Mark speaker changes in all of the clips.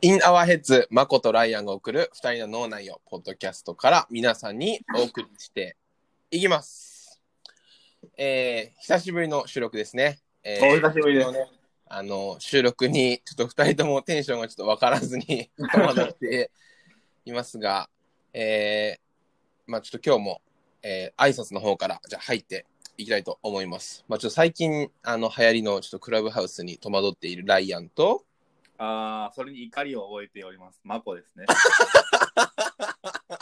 Speaker 1: In Our Heads マコとライアンが送る2人の脳内をポッドキャストから皆さんにお送りしていきます。えー、久しぶりの収録ですね。えー
Speaker 2: お久しぶりです
Speaker 1: 昨日ねあの収録にちょっと2人ともテンションがちょっと分からず に戸惑っていますが、えーまあ、ちょっと今日も、えー挨拶の方からじゃあ入っていきたいと思います。まあ、ちょっと最近あの流行りのちょっとクラブハウスに戸惑っているライアンと
Speaker 2: ああ、それに怒りを覚えております。マコですね。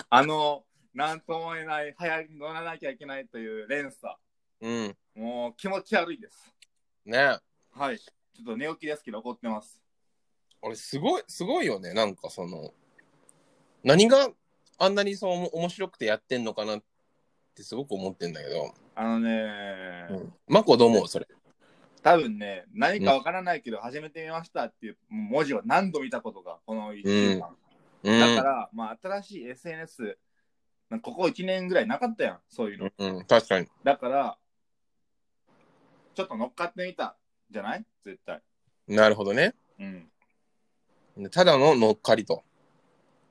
Speaker 2: あの、なんとも言えない、早く乗らなきゃいけないという連鎖。
Speaker 1: うん
Speaker 2: もう気持ち悪いです。
Speaker 1: ね
Speaker 2: はい。ちょっと寝起きですけど怒ってます。
Speaker 1: 俺すごいすごいよねなんかその何があんなにそうおも面白くてやってんのかなってすごく思ってんだけど、
Speaker 2: あのね、
Speaker 1: マコどう思うそれ
Speaker 2: 多分ね、何かわからないけど始めてみましたっていう文字を何度見たことが、この1週間。
Speaker 1: うん
Speaker 2: だから、まあ、新しい SNS、なんかここ1年ぐらいなかったやん、そういうの。
Speaker 1: うん、確かに
Speaker 2: だから、ちょっと乗っかってみたじゃない絶対。
Speaker 1: なるほどね
Speaker 2: うん。
Speaker 1: ただの乗っかりと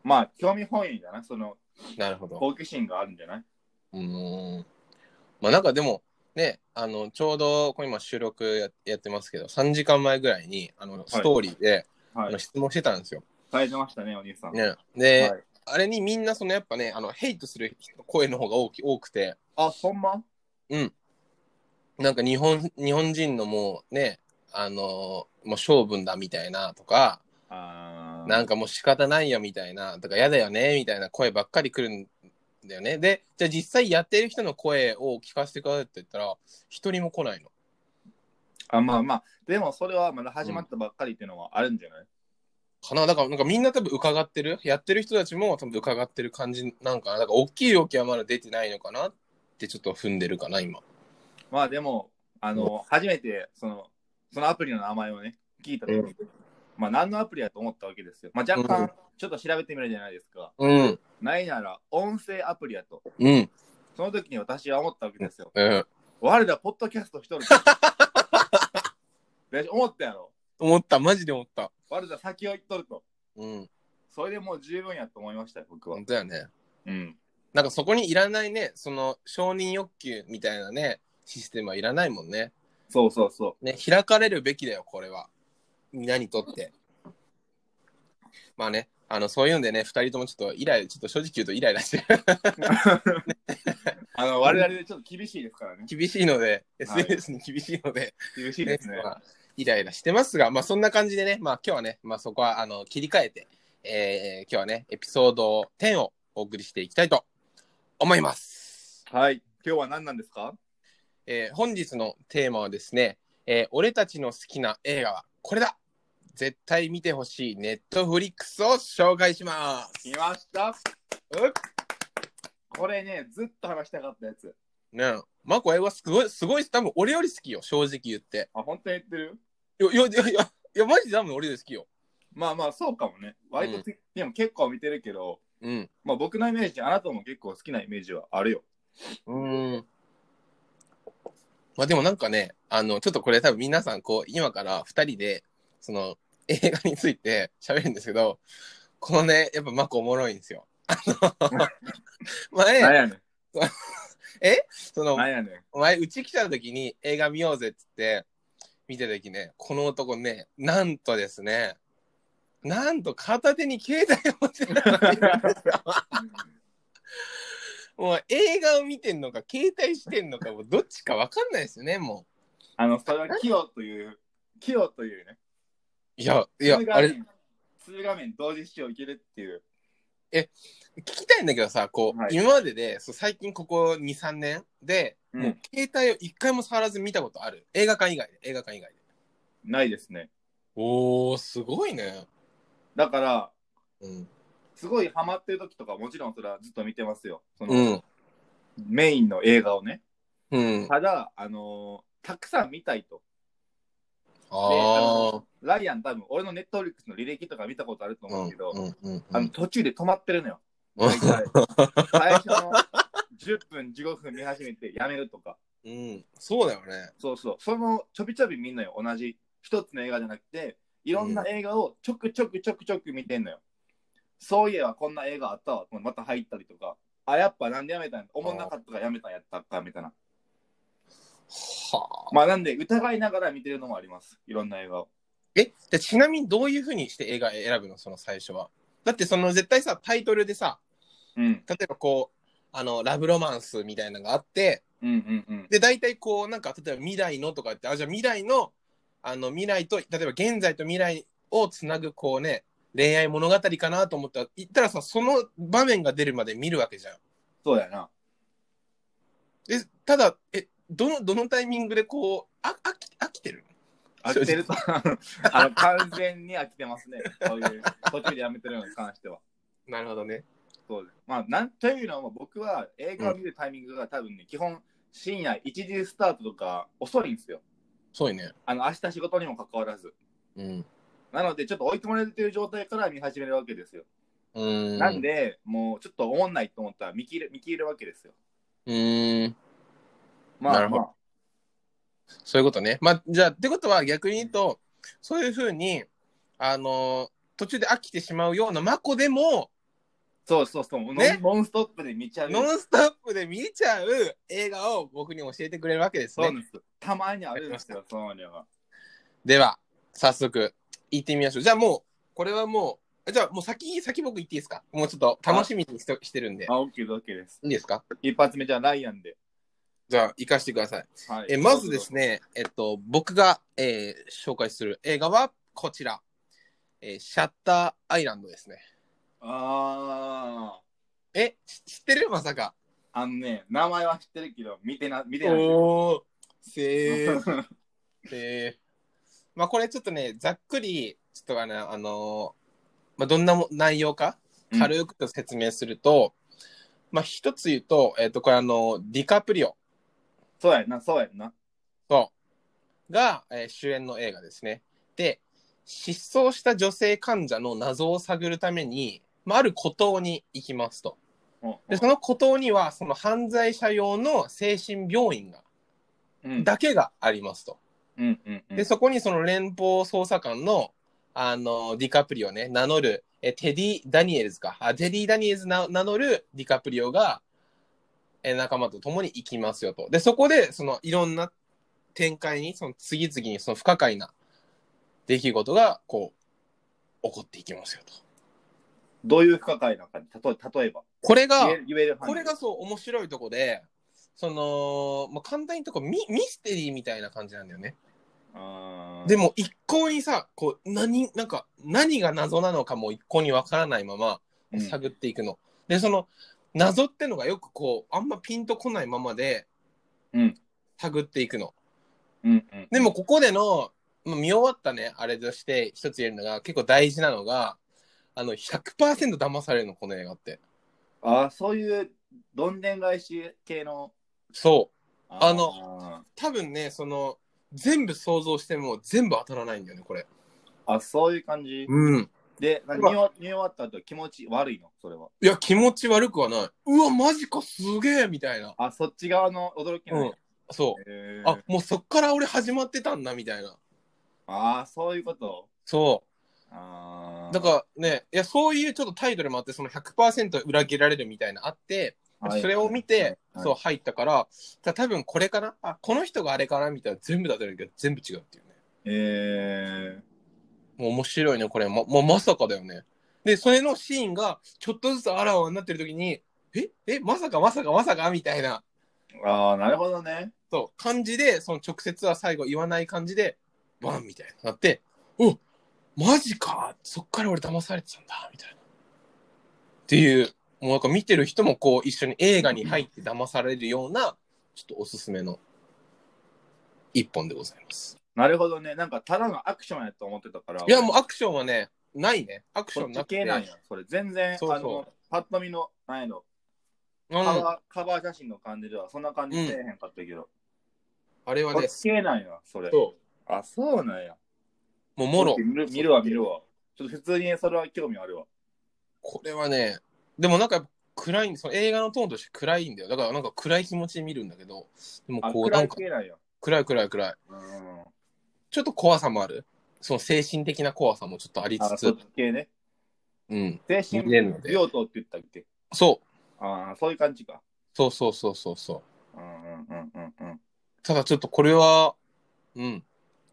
Speaker 2: まあ、興味本位じゃないその、
Speaker 1: なるほど
Speaker 2: 好奇心があるんじゃないう
Speaker 1: ーんまあなんかでもねあのちょうどこれ今収録ややってますけど3時間前ぐらいにあのストーリーで、あ
Speaker 2: は
Speaker 1: の
Speaker 2: い。
Speaker 1: 質問してたんですよ、
Speaker 2: されてましたね、お兄さん。
Speaker 1: ね、で、
Speaker 2: はい、
Speaker 1: あれにみんなそのやっぱねあのヘイトする人声の方が大き多くて、
Speaker 2: あ、ほんま
Speaker 1: なんか日本日本人のもうね、あのーもう性分だみたいなとか、
Speaker 2: あー
Speaker 1: なんかもう仕方ないよみたいな、とか嫌だよねみたいな声ばっかり来るんだよね。で、じゃあ実際やってる人の声を聞かせてくださいって言ったら、一人も来ないの。
Speaker 2: あ、まあまあ、でもそれはまだ始まったばっかりっていうのはあるんじゃない、
Speaker 1: かなだからなんかみんな多分伺ってる、やってる人たちも多分伺ってる感じなんかな。だから大きい動きはまだ出てないのかなってちょっと踏んでるかな、今。
Speaker 2: まあでも、あの、初めてその、そのアプリの名前をね、聞いたとき、
Speaker 1: うん
Speaker 2: まあ何のアプリやと思ったわけですよ。まあ若
Speaker 1: うん
Speaker 2: 干、ちょっと調べてみるじゃないですか。
Speaker 1: うん。
Speaker 2: ないなら、音声アプリやと。
Speaker 1: うん。
Speaker 2: その時に私は思ったわけですよ。
Speaker 1: うん。
Speaker 2: 我ら、ポッドキャスト一人 で。で思ったやろ。
Speaker 1: 思った、マジで思った。
Speaker 2: 我ら先を行っとると。
Speaker 1: うん。
Speaker 2: それでもう十分やと思いましたよ、僕は
Speaker 1: 本。当だよね。
Speaker 2: うん。
Speaker 1: なんかそこにいらないね、その承認欲求みたいなね、システムはいらないもんね。
Speaker 2: そうそうそ
Speaker 1: ね、開かれるべきだよ、これは。皆にとって。まあね、あの、そういうんでね、二人ともちょっとイライラ、ちょっと正直言うとイライラしてる。
Speaker 2: う。あの、我々でちょっと厳しいですからね。
Speaker 1: 厳しいので、
Speaker 2: はい
Speaker 1: SNS に厳しいので、
Speaker 2: 厳しいです
Speaker 1: ね
Speaker 2: ね
Speaker 1: ま。あイライラしてますが、まあそんな感じでね、まあ今日はね、まあそこはあの切り替えて、えー今日はね、エピソード10をお送りしていきたいと思います。
Speaker 2: はい。今日は何なんですか
Speaker 1: えー本日のテーマはですね、えー俺たちの好きな映画はこれだ絶対見てほしいネットフリックスを紹介します
Speaker 2: 来ました。
Speaker 1: うっ
Speaker 2: これね、ずっと話したかったやつ。
Speaker 1: ねえマコ映画すごい、すごい、多分俺より好きよ、正直言って。
Speaker 2: あ、本当に言ってる
Speaker 1: いや、いや、いや、いや、いやマジで多分俺より好きよ。
Speaker 2: まあまあ、そうかもね。割とつ、でも結構見てるけど、
Speaker 1: うん。
Speaker 2: まあ僕のイメージ、あなたも結構好きなイメージはあるよ。
Speaker 1: うん。まあでもなんかね、あの、ちょっとこれ多分皆さん、こう、今から2人で、その、映画について 喋るんですけど、このね、やっぱマコおもろいんですよ。あの、前、
Speaker 2: なんやね
Speaker 1: そ
Speaker 2: ん。
Speaker 1: の
Speaker 2: なんや ねん。
Speaker 1: 前うち来た時に映画見ようぜっつって見た時ねこの男ねなんとですねなんと片手に携帯を持ってたのに もう映画を見てんのか携帯してんのかもうどっちか分かんないですよねも
Speaker 2: あの、それはキヨという、キヨというね、
Speaker 1: ういやいや
Speaker 2: 通
Speaker 1: あ
Speaker 2: 画
Speaker 1: れ聞
Speaker 2: 面、通画面同時視聴いけるっていう。
Speaker 1: きたいんだけどさこう、
Speaker 2: はい
Speaker 1: 今まででそう最近ここ23年で、
Speaker 2: うん
Speaker 1: もう携帯を一回も触らず見たことある映画館以外で映画館以外で
Speaker 2: ないですね。
Speaker 1: おーすごいね
Speaker 2: だから、
Speaker 1: うん、
Speaker 2: すごいハマってる時とかもちろんそれはずっと見てますよ。その、
Speaker 1: うん
Speaker 2: メインの映画をね。
Speaker 1: うん、
Speaker 2: ただ、あのーたくさん見たいと。
Speaker 1: あ
Speaker 2: であ
Speaker 1: あ
Speaker 2: のライアン多分俺のネットフリックスの履歴とか見たことあると思うけど、
Speaker 1: うんうんうんうん
Speaker 2: あの途中で止まってるのよ。
Speaker 1: うん
Speaker 2: 大体最初の10分、15分見始めてやめるとか。
Speaker 1: うん。そうだよね。
Speaker 2: そうそう。そのちょびちょびみんなよ、同じ。一つの映画じゃなくて、いろんな映画をちょくちょくちょくちょく見てんのよ。そういえばこんな映画あったわ。また入ったりとか。あ、やっぱなんでやめたんおもんなかったからやめたんやったか、みたいな。
Speaker 1: はあ。
Speaker 2: まあなんで、疑いながら見てるのもあります。いろんな映画を。
Speaker 1: え、じゃあちなみにどういうふうにして映画選ぶのその最初は。だってその絶対さ、タイトルでさ、
Speaker 2: うん。
Speaker 1: 例えばこう、あの、ラブロマンスみたいなのがあって、
Speaker 2: うんうんうん。
Speaker 1: で、大体こう、なんか、例えば未来のとかって、あ、じゃあ未来の、あの、未来と、例えば現在と未来をつなぐ、こうね、恋愛物語かなと思ったら、言ったらさ、その場面が出るまで見るわけじゃん。
Speaker 2: そうやな。
Speaker 1: で、ただ、え、どの、どのタイミングでこう、あ、飽き、飽きてる
Speaker 2: 飽きてると、あの、完全に飽きてますね。そういう、途中でやめてるのに関しては。
Speaker 1: なるほどね。
Speaker 2: そうです。まあ、なんというのも僕は映画を見るタイミングが多分ね、基本深夜1時スタートとか遅いんですよ。
Speaker 1: そういね。
Speaker 2: あの、明日仕事にも関わらず。
Speaker 1: うん。
Speaker 2: なので、ちょっと追い込まれてる状態から見始めるわけですよ。
Speaker 1: うーん。
Speaker 2: なんで、もうちょっと思んないと思ったら見切る、見切るわけですよ。
Speaker 1: うーん。
Speaker 2: まあ、
Speaker 1: なるほど
Speaker 2: まあ
Speaker 1: そういうことね。まあ、じゃあ、ってことは逆に言うと、そういうふうに、あの途中で飽きてしまうようなマコでも、
Speaker 2: そうそうそう、
Speaker 1: ね
Speaker 2: ノンノンストップで見ちゃう。
Speaker 1: ノンストップで見ちゃう映画を僕に教えてくれるわけです
Speaker 2: そう
Speaker 1: ね。
Speaker 2: です。たまにあるんで すよ、その量は。
Speaker 1: では、早速、行ってみましょう。じゃあもう、これはもう、じゃあもう先、先僕行っていいですかもうちょっと楽しみにしてしてるんで。
Speaker 2: あ、オッケーです、オッケーです。
Speaker 1: いいですか
Speaker 2: 一発目じゃあライアンで。
Speaker 1: じゃあ、行かせてください。
Speaker 2: はい、
Speaker 1: えまずですね、えっと、僕が、えー紹介する映画はこちら、えーシャッターアイランドですね。
Speaker 2: あ
Speaker 1: え、し知ってるまさか。
Speaker 2: あ、あのね、名前は知ってるけど、見てな、見てない。
Speaker 1: おー、せ ー。で、まあこれちょっとね、ざっくり、ちょっとあの、あのまあ、どんなも内容か、
Speaker 2: うん
Speaker 1: 軽くと説明すると、まあ一つ言うと、えっ、と、これあの、ディカプリオ
Speaker 2: そうやんな、そうやんな。
Speaker 1: とが、えー主演の映画ですね。で、失踪した女性患者の謎を探るために、まあ、ある孤島に行きますと。
Speaker 2: うん
Speaker 1: で、その孤島には、その犯罪者用の精神病院が、
Speaker 2: うん、
Speaker 1: だけがありますと。
Speaker 2: うんうんうん、
Speaker 1: で、そこにその連邦捜査官の、あの、ディカプリオね、名乗る、え、テディ・ダニエルズか。あ、テディ・ダニエルズな名乗るディカプリオが、え、仲間と共に行きますよと。で、そこで、その、いろんな展開に、その、次々に、その、不可解な出来事が、こう、起こっていきますよと。
Speaker 2: どういう不可解なのかに、たと例えば。
Speaker 1: これが
Speaker 2: 言え、る言える範囲
Speaker 1: これがそう、面白いとこで、その、まあ、簡単に言うとこうミ、ミステリーみたいな感じなんだよね。
Speaker 2: あー
Speaker 1: でも一向にさこう何なんか何が謎なのかも一向にわからないまま
Speaker 2: うん
Speaker 1: 探っていくの。でその謎ってのがよくこうあんまピンとこないままで
Speaker 2: うん
Speaker 1: 探っていくの。
Speaker 2: うんうん、
Speaker 1: でも、ここでのまあ見終わったねあれとして一つ言えるのが結構大事なのがあの100%騙されるのこの映画って。
Speaker 2: ああ、そういうどんでん返し系の。
Speaker 1: そう
Speaker 2: ー
Speaker 1: あの、多分ねその全部想像しても全部当たらないんだよねこれ。
Speaker 2: あそういう感じ。
Speaker 1: うん。
Speaker 2: で、何
Speaker 1: うわ
Speaker 2: 見終わ見終わった後気持ち悪いの、それは。
Speaker 1: いや気持ち悪くはない。うわマジかすげえみたいな。
Speaker 2: あ、そっち側の驚きな
Speaker 1: う
Speaker 2: の、
Speaker 1: んそう。
Speaker 2: へー
Speaker 1: あもうそっから俺始まってたんだみたいな
Speaker 2: あー、そういうこと。
Speaker 1: そう
Speaker 2: あー
Speaker 1: だからねいやそういうちょっとタイトルもあってその100%裏切られるみたいなあって
Speaker 2: はい
Speaker 1: それを見て
Speaker 2: はい
Speaker 1: そう入ったからじゃあ多分これかなあこの人があれかなみたいな全部だと思うけど全部違うっていうね
Speaker 2: え
Speaker 1: もう面白いねこれまままさかだよねでそれのシーンがちょっとずつあらわになってる時にええまさかまさかまさかみたいな
Speaker 2: ー、ああ、なるほどね。
Speaker 1: そう感じでその直接は最後言わない感じでバンみたいになって「おマジかそっから俺騙されてたんだ」みたいな。っていうもうなんか見てる人もこう一緒に映画に入って騙されるようなちょっとおすすめの一本でございます。
Speaker 2: なるほどね。なんかただのアクションやと思ってたから。
Speaker 1: いやもうアクションはねないねアクシ
Speaker 2: そ
Speaker 1: ョ
Speaker 2: っ
Speaker 1: ン
Speaker 2: ち
Speaker 1: なくて。
Speaker 2: 系なんや。それ全然、
Speaker 1: そうそう
Speaker 2: あの、パッと見の、なんやろ、
Speaker 1: う
Speaker 2: カ
Speaker 1: ん、
Speaker 2: バー、カバー写真の感じでは、そんな感じせえへんかったけど。
Speaker 1: あれは
Speaker 2: そっ
Speaker 1: ね
Speaker 2: ち系なんや、それ。
Speaker 1: そ
Speaker 2: あ、そうなんや。
Speaker 1: うもうもろ
Speaker 2: 見る見るわ、見るわ。ちょっと普通にそれは興味あるわ。
Speaker 1: これはねでもなんか暗いんその映画のトーンとして暗いんだよだからなんか暗い気持ちで見るんだけどでも
Speaker 2: あ、
Speaker 1: こう
Speaker 2: 暗
Speaker 1: なん
Speaker 2: い
Speaker 1: か
Speaker 2: 系なんや。
Speaker 1: 暗い暗い暗い
Speaker 2: うん。
Speaker 1: ちょっと怖さもあるその精神的な怖さもちょっとあり
Speaker 2: あ、
Speaker 1: つ
Speaker 2: そ
Speaker 1: つ
Speaker 2: っち系ね。
Speaker 1: うん
Speaker 2: 精
Speaker 1: 見
Speaker 2: 神
Speaker 1: れるので
Speaker 2: 病棟って言ったっけ
Speaker 1: そう
Speaker 2: ああ、そういう感じか。
Speaker 1: そうそうそうそうそう
Speaker 2: うんうんうんうんうん。
Speaker 1: ただちょっとこれは、うん、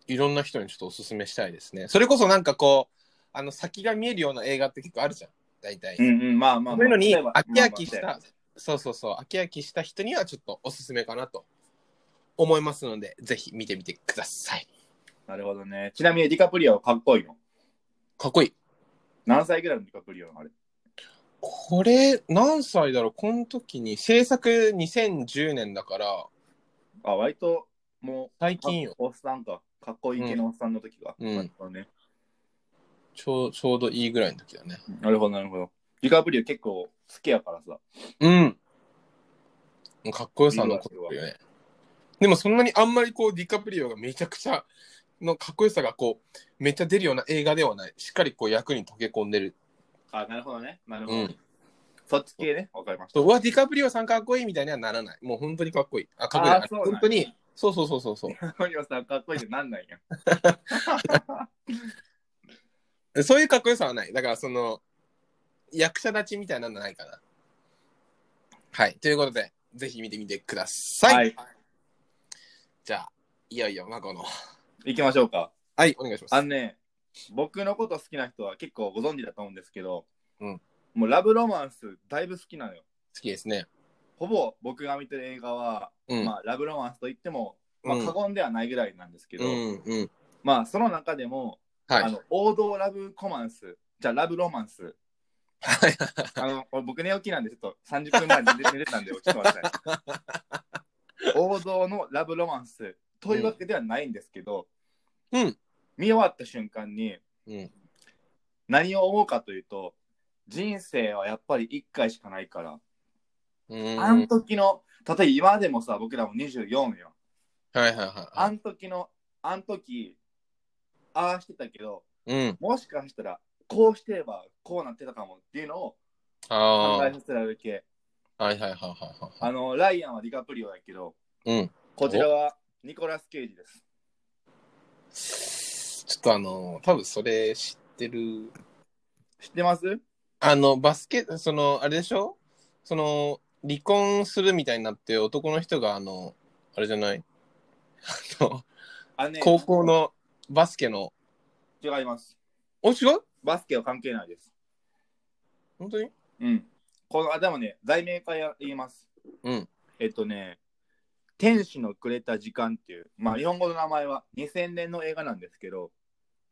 Speaker 1: いろんな人にちょっとおすすめしたいですね。それこそなんかこう、あの先が見えるような映画って結構あるじゃん、大体。
Speaker 2: うんうん、まあまあまあ。
Speaker 1: そういうのに
Speaker 2: 例えば
Speaker 1: 飽き飽きし。
Speaker 2: まあまあ
Speaker 1: た、そうそうそう、飽き飽きした人にはちょっとおすすめかなと思いますので、ぜひ見てみてください。
Speaker 2: なるほどね。ちなみにディカプリオはかっこいいの。
Speaker 1: かっこいい。
Speaker 2: 何歳ぐらいのディカプリオなのあれ。
Speaker 1: これ、何歳だろうこの時に、制作2010年だから、
Speaker 2: あ、割と、も
Speaker 1: 最
Speaker 2: う、
Speaker 1: 近よ。
Speaker 2: おっさんか。かっこいい系のおっさんの時が。
Speaker 1: うん
Speaker 2: なるほどね。
Speaker 1: ちょうちょうどいいぐらいの時だね。
Speaker 2: なるほど、なるほど。ディカプリオ結構好きやからさ。
Speaker 1: うん。かっこよさのことよね。でもそんなにあんまりこうディカプリオがめちゃくちゃのかっこよさがこうめっちゃ出るような映画ではない。しっかりこう役に溶け込んでる。
Speaker 2: あ、なるほどね。なる
Speaker 1: う
Speaker 2: ほど。
Speaker 1: ん。
Speaker 2: そっち系ね。わかりました。
Speaker 1: そううわ、ディカプリオさんかっこいいみたいにはならない。もう本当にかっこいい。あ、かっこいい
Speaker 2: あ
Speaker 1: な
Speaker 2: そうなんや
Speaker 1: 本当に。そうそうそうそうそう
Speaker 2: ディカプリオさんかっこいいってなんないや。
Speaker 1: で。そういうかっこよさはない。だからその役者立ちみたいなのはないかな。はい。ということで、ぜひ見てみてください。
Speaker 2: はい
Speaker 1: じゃあ、いよいよ、まこの。
Speaker 2: 行きましょうか。
Speaker 1: はい、お願いします。
Speaker 2: あのね、僕のこと好きな人は結構ご存知だと思うんですけど、
Speaker 1: うん
Speaker 2: もうラブロマンスだいぶ好きなのよ。
Speaker 1: 好きですね。
Speaker 2: ほぼ僕が見てる映画は、
Speaker 1: うん。
Speaker 2: まあ、ラブロマンスといっても、まあ、
Speaker 1: うん
Speaker 2: 過言ではないぐらいなんですけど、
Speaker 1: うんうん。
Speaker 2: まあその中でも、
Speaker 1: はい。
Speaker 2: あの王道ラブコマンス、じゃあラブロマンス、
Speaker 1: はい
Speaker 2: あの俺僕寝起きなんでちょっと30分前に 寝て寝てたんで、ちょっと待ってください。王道のラブロマンスというわけではないんですけど、
Speaker 1: うん。
Speaker 2: 見終わった瞬間に、
Speaker 1: うん。
Speaker 2: 何を思うかというと人生はやっぱり1回しかないから、
Speaker 1: うん。
Speaker 2: あ
Speaker 1: はい
Speaker 2: ん時の例えば今でもさ僕らも24よ、
Speaker 1: はいは
Speaker 2: あん時のあん時ああしてたけど
Speaker 1: い。うん。
Speaker 2: もしかしたらこうしてればこうなってたかもっていうのを
Speaker 1: あ
Speaker 2: 考え
Speaker 1: あ
Speaker 2: さ。せられる系
Speaker 1: はいはいはいはい
Speaker 2: あ
Speaker 1: は
Speaker 2: のライアンはディカプリオだけど
Speaker 1: い。うん。
Speaker 2: こちらはニコラス・ケイジです
Speaker 1: ちょっとあの、多分それ知ってる。
Speaker 2: 知ってます
Speaker 1: あの、バスケ、その、あれでしょその、離婚するみたいになって男の人が、あの、あれじゃないあの、
Speaker 2: あのね
Speaker 1: 高校のバスケの、
Speaker 2: 違います
Speaker 1: お、違う
Speaker 2: バスケは関係ないです
Speaker 1: 本当に
Speaker 2: うんこのあでもね罪名から言います
Speaker 1: うん。
Speaker 2: えっとね、天使のくれた時間っていう、まあ、日本語の名前は2000年の映画なんですけど、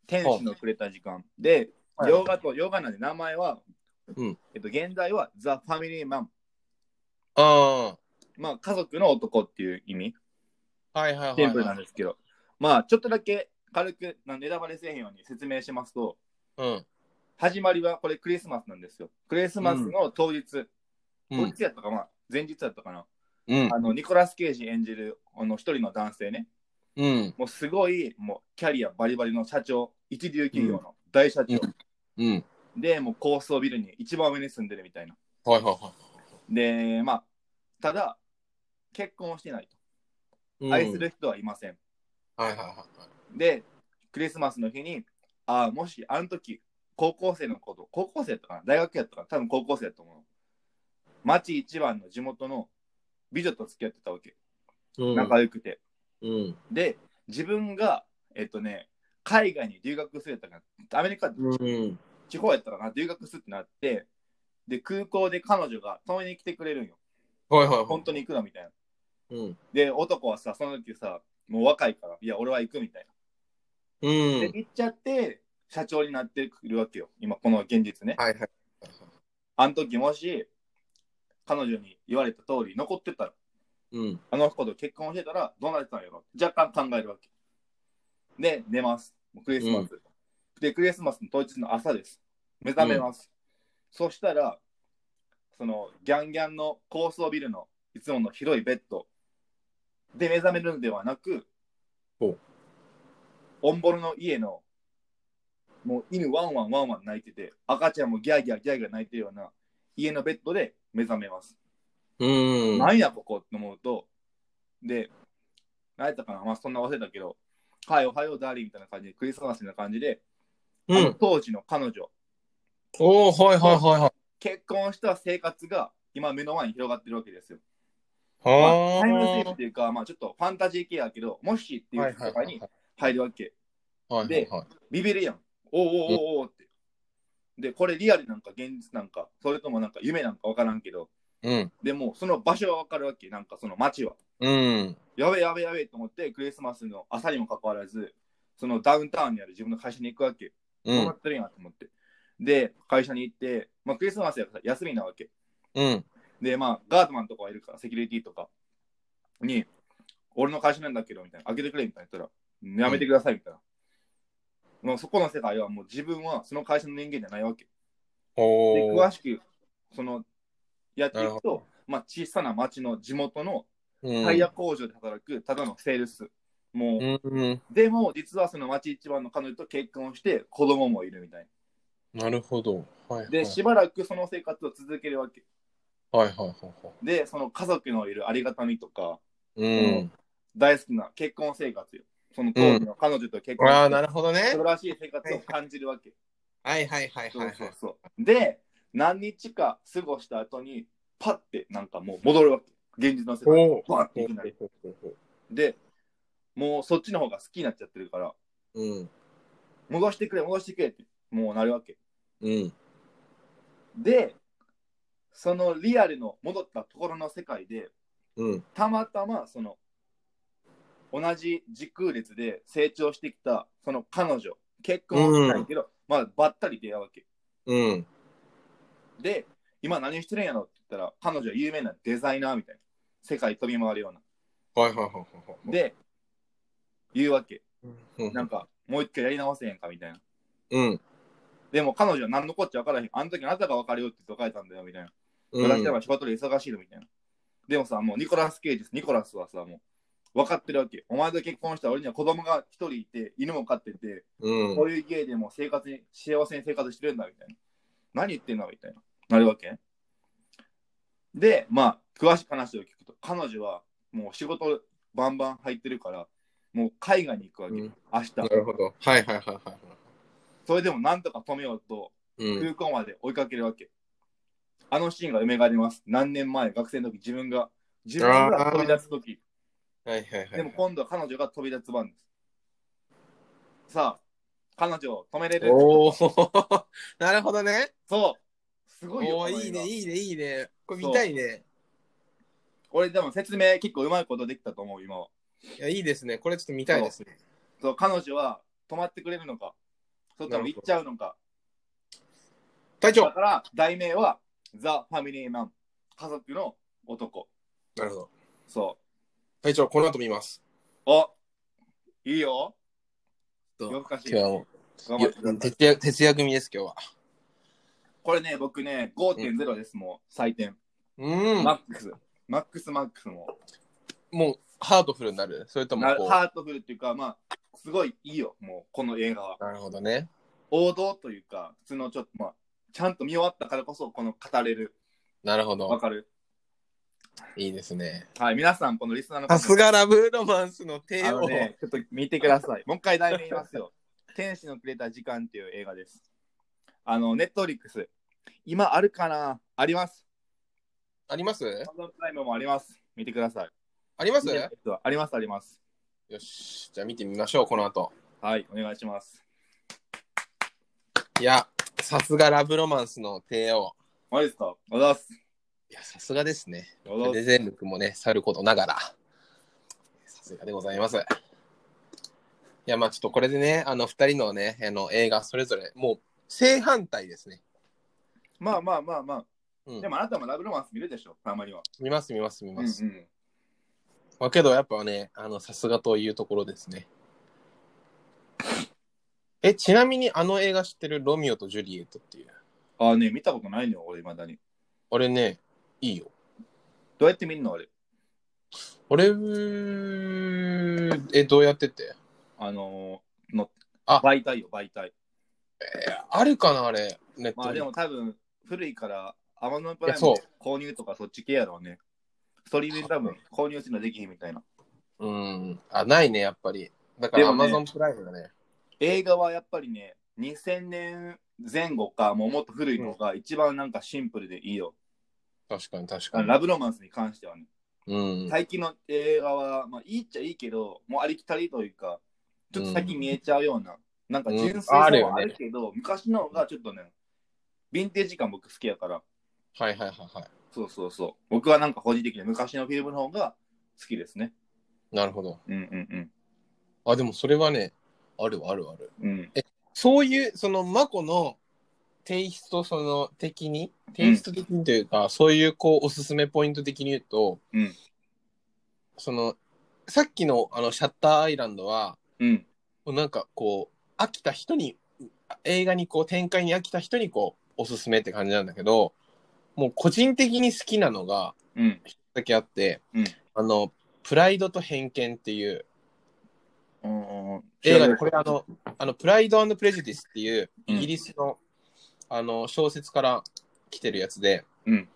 Speaker 2: 天使のくれた時間。で、洋画と洋画なんで名前は、
Speaker 1: うん
Speaker 2: えっと、現在はザ・ファミリーマン。
Speaker 1: あ
Speaker 2: まあ、家族の男っていう意味、
Speaker 1: あ。はいはいはい
Speaker 2: シンプルな
Speaker 1: は
Speaker 2: ん
Speaker 1: い。
Speaker 2: ですけど、まあ、ちょっとだけ軽く、なんでネタバレせえへんように説明しますと、
Speaker 1: うん。
Speaker 2: 始まりはこれクリスマスなんですよ。クリスマスの当日、
Speaker 1: う
Speaker 2: 当
Speaker 1: ん。
Speaker 2: 日やったか、まあ、前日やったかな。
Speaker 1: うん
Speaker 2: あ。の、ニコラス・ケイジ演じる、あの、一人の男性ね。
Speaker 1: うん。
Speaker 2: もうすごいもうキャリアバリバリの社長、一流企業の大社長、
Speaker 1: うん。
Speaker 2: で、もう高層ビルに一番上に住んでるみたいな。
Speaker 1: はいはいは
Speaker 2: で、まあ、ただ、結婚をしてない
Speaker 1: い。うん
Speaker 2: と。愛す。る人はいません。
Speaker 1: はいはいはい。
Speaker 2: で、クリスマスの日に、ああ、もしあの時、高校生のこと、高校生とかな、大学やったかな、多分高校生だと思う。町一番の地元の美女と付き合ってたわけ。
Speaker 1: うん。
Speaker 2: 仲良くて。
Speaker 1: うん。
Speaker 2: で、自分が、えっとね、海外に留学するやったかな、アメリカ
Speaker 1: うん。
Speaker 2: 地方やったらな、留学するってなって、で、空港で彼女が止めに来てくれるんよ。
Speaker 1: はいはいはい。
Speaker 2: 本当に行くのみたいな。
Speaker 1: うん。
Speaker 2: で、男はさ、その時さ、もう若いから、いや、俺は行くみたいうな。
Speaker 1: ん。
Speaker 2: で、行っちゃって、社長になってくるわけよ。今、この現実ね。
Speaker 1: はいはい。
Speaker 2: あの時もし、彼女に言われた通り残ってたら、
Speaker 1: うん。
Speaker 2: あの子と結婚してたら、どうなってたんやろ若干考えるわけ。で、寝ます。もうクリスマス、で、クリスマスの当日の朝です。目覚めます。そしたら、そのギャンギャンの高層ビルのいつもの広いベッドで目覚めるのではなく
Speaker 1: ほう、
Speaker 2: オンボロの家のもう犬ワンワンワンワン泣いてて、赤ちゃんもギャーギャーギャーギャー泣いてるような家のベッドで目覚めます。
Speaker 1: うん。
Speaker 2: なんやここって思うと、で、何やったかな、まあ、そんな忘れたけど、はい、おはよう、ダーリンみたいな感じで、クリスマスみたいな感じで、
Speaker 1: う
Speaker 2: あの
Speaker 1: ん。
Speaker 2: 当時の彼女、
Speaker 1: おおはいはいはいはい。
Speaker 2: 結婚した生活が今目の前に広がってるわけですよ。まあ、タイムスリップ
Speaker 1: は
Speaker 2: っていうか、まあ、ちょっとファンタジー系やけど、もしって
Speaker 1: あ。は
Speaker 2: いう
Speaker 1: いはい
Speaker 2: 世
Speaker 1: は
Speaker 2: 界
Speaker 1: い
Speaker 2: に。入るわけ。
Speaker 1: はいはいはい。
Speaker 2: ビビるやん。おうおうおうおうって。で、これリアルなんか現実なんか、それともなんか夢なんかわからんけど、
Speaker 1: うん。
Speaker 2: でもその場所はわかるわけ、なんかその街は。
Speaker 1: うん。
Speaker 2: やべえやべえやべえと思って、クリスマスの朝にもかかわらず、そのダウンタウンにある自分の会社に行くわけ。
Speaker 1: う。
Speaker 2: どうなんってるんやと思って。で、会社に行って、まあ、クリスマスやから休みなわけ。
Speaker 1: うん。
Speaker 2: で、まあ、ガードマンとかはいるから、セキュリティとかに、俺の会社なんだけど、みたいな、開けてくれ、みたいな言ったら、やめてください、みたいな。もうそこの世界はもう自分はその会社の人間じゃないわけ。で、
Speaker 1: お
Speaker 2: 詳
Speaker 1: お。
Speaker 2: しく、その、やってい
Speaker 1: なる
Speaker 2: くと、まあ、小さな町の地元の
Speaker 1: うん
Speaker 2: タイヤ工場で働く、ただのセールス。もう、
Speaker 1: うん。
Speaker 2: でも、実はその町一番の彼女と結婚して、子供もいるみたい
Speaker 1: なるほど。はいは
Speaker 2: な。
Speaker 1: い。
Speaker 2: で、しばらくその生活を続けるわけ。
Speaker 1: はいはいはいはい。
Speaker 2: で、その家族のいるありがたみとか、
Speaker 1: うん。
Speaker 2: 大好きな結婚生活よ。その当時の彼女と結婚
Speaker 1: ああ、
Speaker 2: して、
Speaker 1: なるほどね
Speaker 2: 素。晴らしい生活を感じるわけ。
Speaker 1: はいはいはい
Speaker 2: そ
Speaker 1: は
Speaker 2: う
Speaker 1: い
Speaker 2: そ
Speaker 1: は
Speaker 2: う
Speaker 1: い。
Speaker 2: そう。で、何日か過ごした後に、パッてなんかもう戻るわけ。現実の世界に。
Speaker 1: お
Speaker 2: バッていきなり。で、もうそっちの方が好きになっちゃってるから、
Speaker 1: うん。
Speaker 2: 戻してくれ、戻してくれって、もうなるわけ。
Speaker 1: うん。
Speaker 2: で、そのリアルの戻ったところの世界で、
Speaker 1: うん。
Speaker 2: たまたまその同じ時空列で成長してきたその彼女結婚はしてないけど、まあばったり出会うわけ
Speaker 1: うん。
Speaker 2: で今何してるんやろって言ったら彼女は有名なデザイナーみたいな世界飛び回るような
Speaker 1: はいはいはいはい。、
Speaker 2: で言うわけ
Speaker 1: うん。
Speaker 2: なんかもう一回やり直せへんかみたいな
Speaker 1: うん。
Speaker 2: でも彼女は何のこっちゃ分からへんあの時あなたが別れようって言って別れたんだよみたいな
Speaker 1: うん。
Speaker 2: 私は仕事で忙しいのみたいなでもさもうニコラス・ケイジですニコラスはさもう分かってるわけお前と結婚したら俺には子供が一人いて犬も飼ってて
Speaker 1: うん。
Speaker 2: こういう芸でも生活に、幸せに生活してるんだみたいな。何言ってんだみたいな。なるわけで、まあ、詳しく話を聞くと、彼女はもう仕事バンバン入ってるから、もう海外に行くわけ、
Speaker 1: うん
Speaker 2: 明日
Speaker 1: な。るほど。はいはいはいはい。
Speaker 2: それでもなんとか止めようと、
Speaker 1: うん。
Speaker 2: 空港まで追いかけるわけ。あのシーンが蘇ります。何年前、学生の時、自分が、自分が飛び出す時、
Speaker 1: はいはいはい。
Speaker 2: でも今度は彼女が飛び出す番です。さあ、彼女を止めれる
Speaker 1: おお。なるほどね。
Speaker 2: そう。すごいよ。
Speaker 1: お
Speaker 2: こ
Speaker 1: お、
Speaker 2: の映画
Speaker 1: いいね、いいね、いいね。これ見たいね。
Speaker 2: 俺、でも説明結構うまいことできたと思う、今は。
Speaker 1: いや、いいですね。これちょっと見たいですね。
Speaker 2: そう、彼女は止まってくれるのか、それとも行っちゃうのか。
Speaker 1: 隊長
Speaker 2: だから、題名は、ザ・ファミリーマン。家族の男。
Speaker 1: なるほど。
Speaker 2: そ
Speaker 1: 隊長、この後見ます。
Speaker 2: う。おいいよ。
Speaker 1: どう
Speaker 2: 夜更かし。
Speaker 1: 今日はも
Speaker 2: 頑
Speaker 1: う
Speaker 2: 張ってくだ
Speaker 1: いや
Speaker 2: さい
Speaker 1: 徹夜、徹夜組です、今日は。
Speaker 2: これね、僕ね、5.0です、もう、採点。
Speaker 1: うん。
Speaker 2: マックス。マックスマックスも。
Speaker 1: もう、ハートフルになる。それとも
Speaker 2: な
Speaker 1: こう。
Speaker 2: ハートフルっていうか、まあ、すごいいいよ、もう、この映画は。
Speaker 1: なるほどね。
Speaker 2: 王道というか、普通のちょっと、まあ、ちゃんと見終わったからこそ、この語れる。
Speaker 1: なるほ
Speaker 2: わ
Speaker 1: ど。
Speaker 2: かる
Speaker 1: いいですね。
Speaker 2: はい、皆さん、このリスナーの方
Speaker 1: さすがラブロマンスの帝
Speaker 2: あ
Speaker 1: 王。
Speaker 2: のね、ちょっと見てください。もう一回題名言いますよ。 天使のくれた時間っていう映画です。あの、ネットフリックス。今あるかなあります。
Speaker 1: あります
Speaker 2: アマゾンプライムもあります。見てください。
Speaker 1: ありま
Speaker 2: 見
Speaker 1: す
Speaker 2: てない
Speaker 1: よ
Speaker 2: 人はあります、あります。
Speaker 1: し。じゃあ見てみましょう、この後。
Speaker 2: はい、お願いします。
Speaker 1: いや、さすがラブロマンスの帝王。
Speaker 2: マジですかおだす。
Speaker 1: いや、さすがですね。
Speaker 2: お
Speaker 1: プ
Speaker 2: だ
Speaker 1: レ
Speaker 2: す。
Speaker 1: ゼン力もね、さることながら。さすがでございます。いや、まあちょっとこれでね、あの、二人のね、あの、映画それぞれ、もう、正反対ですね。
Speaker 2: まあまあまあまあ。
Speaker 1: うん
Speaker 2: でもあなたもラブロマンス見るでしょ、たまには。
Speaker 1: 見ます、見ます、見
Speaker 2: うんう
Speaker 1: ます。
Speaker 2: ん。
Speaker 1: まあけど、やっぱね、あの、さすがというところですね。え、ちなみにあの映画知ってるロミオとジュリエットっていう。
Speaker 2: ああね、見たことないのよ、俺、まだに。
Speaker 1: 俺ね、いいよ。
Speaker 2: どうやって見るの、あれ。
Speaker 1: 俺、うーえ、どうやってって
Speaker 2: あのー、の
Speaker 1: あ
Speaker 2: 媒体よ、媒体。
Speaker 1: あるかなあれ、ネッ
Speaker 2: まあ
Speaker 1: ト
Speaker 2: で
Speaker 1: に。
Speaker 2: も多分古いからアマゾンプライ
Speaker 1: いや
Speaker 2: ム
Speaker 1: そう
Speaker 2: 購入とかそっち系やろうね。ストリーミング多分購入するのできひんみたいな。
Speaker 1: うん。あ、ないね、やっぱり。だから
Speaker 2: でも
Speaker 1: Amazon
Speaker 2: ね
Speaker 1: プライムだね。
Speaker 2: 映画はやっぱりね、2000年前後か、もうもっと古いのが一番なんかシンプルでいいよ。
Speaker 1: 確かに確
Speaker 2: あ
Speaker 1: か
Speaker 2: の
Speaker 1: に。
Speaker 2: ラブロマンスに関してはね。
Speaker 1: うん。
Speaker 2: 最近の映画は、まあいいっちゃいいけど、もうありきたりというか、ちょっと先見えちゃうような、なんか純粋さはあ
Speaker 1: あるよね
Speaker 2: るけど、昔の方がちょっとね、ヴィンテージ感僕好きやから、
Speaker 1: はいはいはいは
Speaker 2: そうそうそう。僕はなんか個人的に昔のフィルムの方が好きですね。
Speaker 1: い。なるほど。
Speaker 2: うんうん
Speaker 1: あ、でもそれはね、あるあるある。
Speaker 2: うん。うん、
Speaker 1: そういう、その、マコのテイスト、その、的に、テイスト的にというか、そういう、こう、おすすめポイント的に言うと、
Speaker 2: うん
Speaker 1: その、さっきの、あの、シャッターアイランドは、
Speaker 2: うん。
Speaker 1: もうなんかこう、飽きた人に、映画にこう、展開に飽きた人にこう、おすすめって感じなんだけど、もう個人的に好きなのが、
Speaker 2: うん。
Speaker 1: 一つだけあって、
Speaker 2: うん
Speaker 1: あの、プライドと偏見っていう
Speaker 2: うん。
Speaker 1: 映画で、これあ、の、あの、プライドプレジディスっていう、
Speaker 2: うん
Speaker 1: イギリスの、あの、小説から来てるやつで、
Speaker 2: うん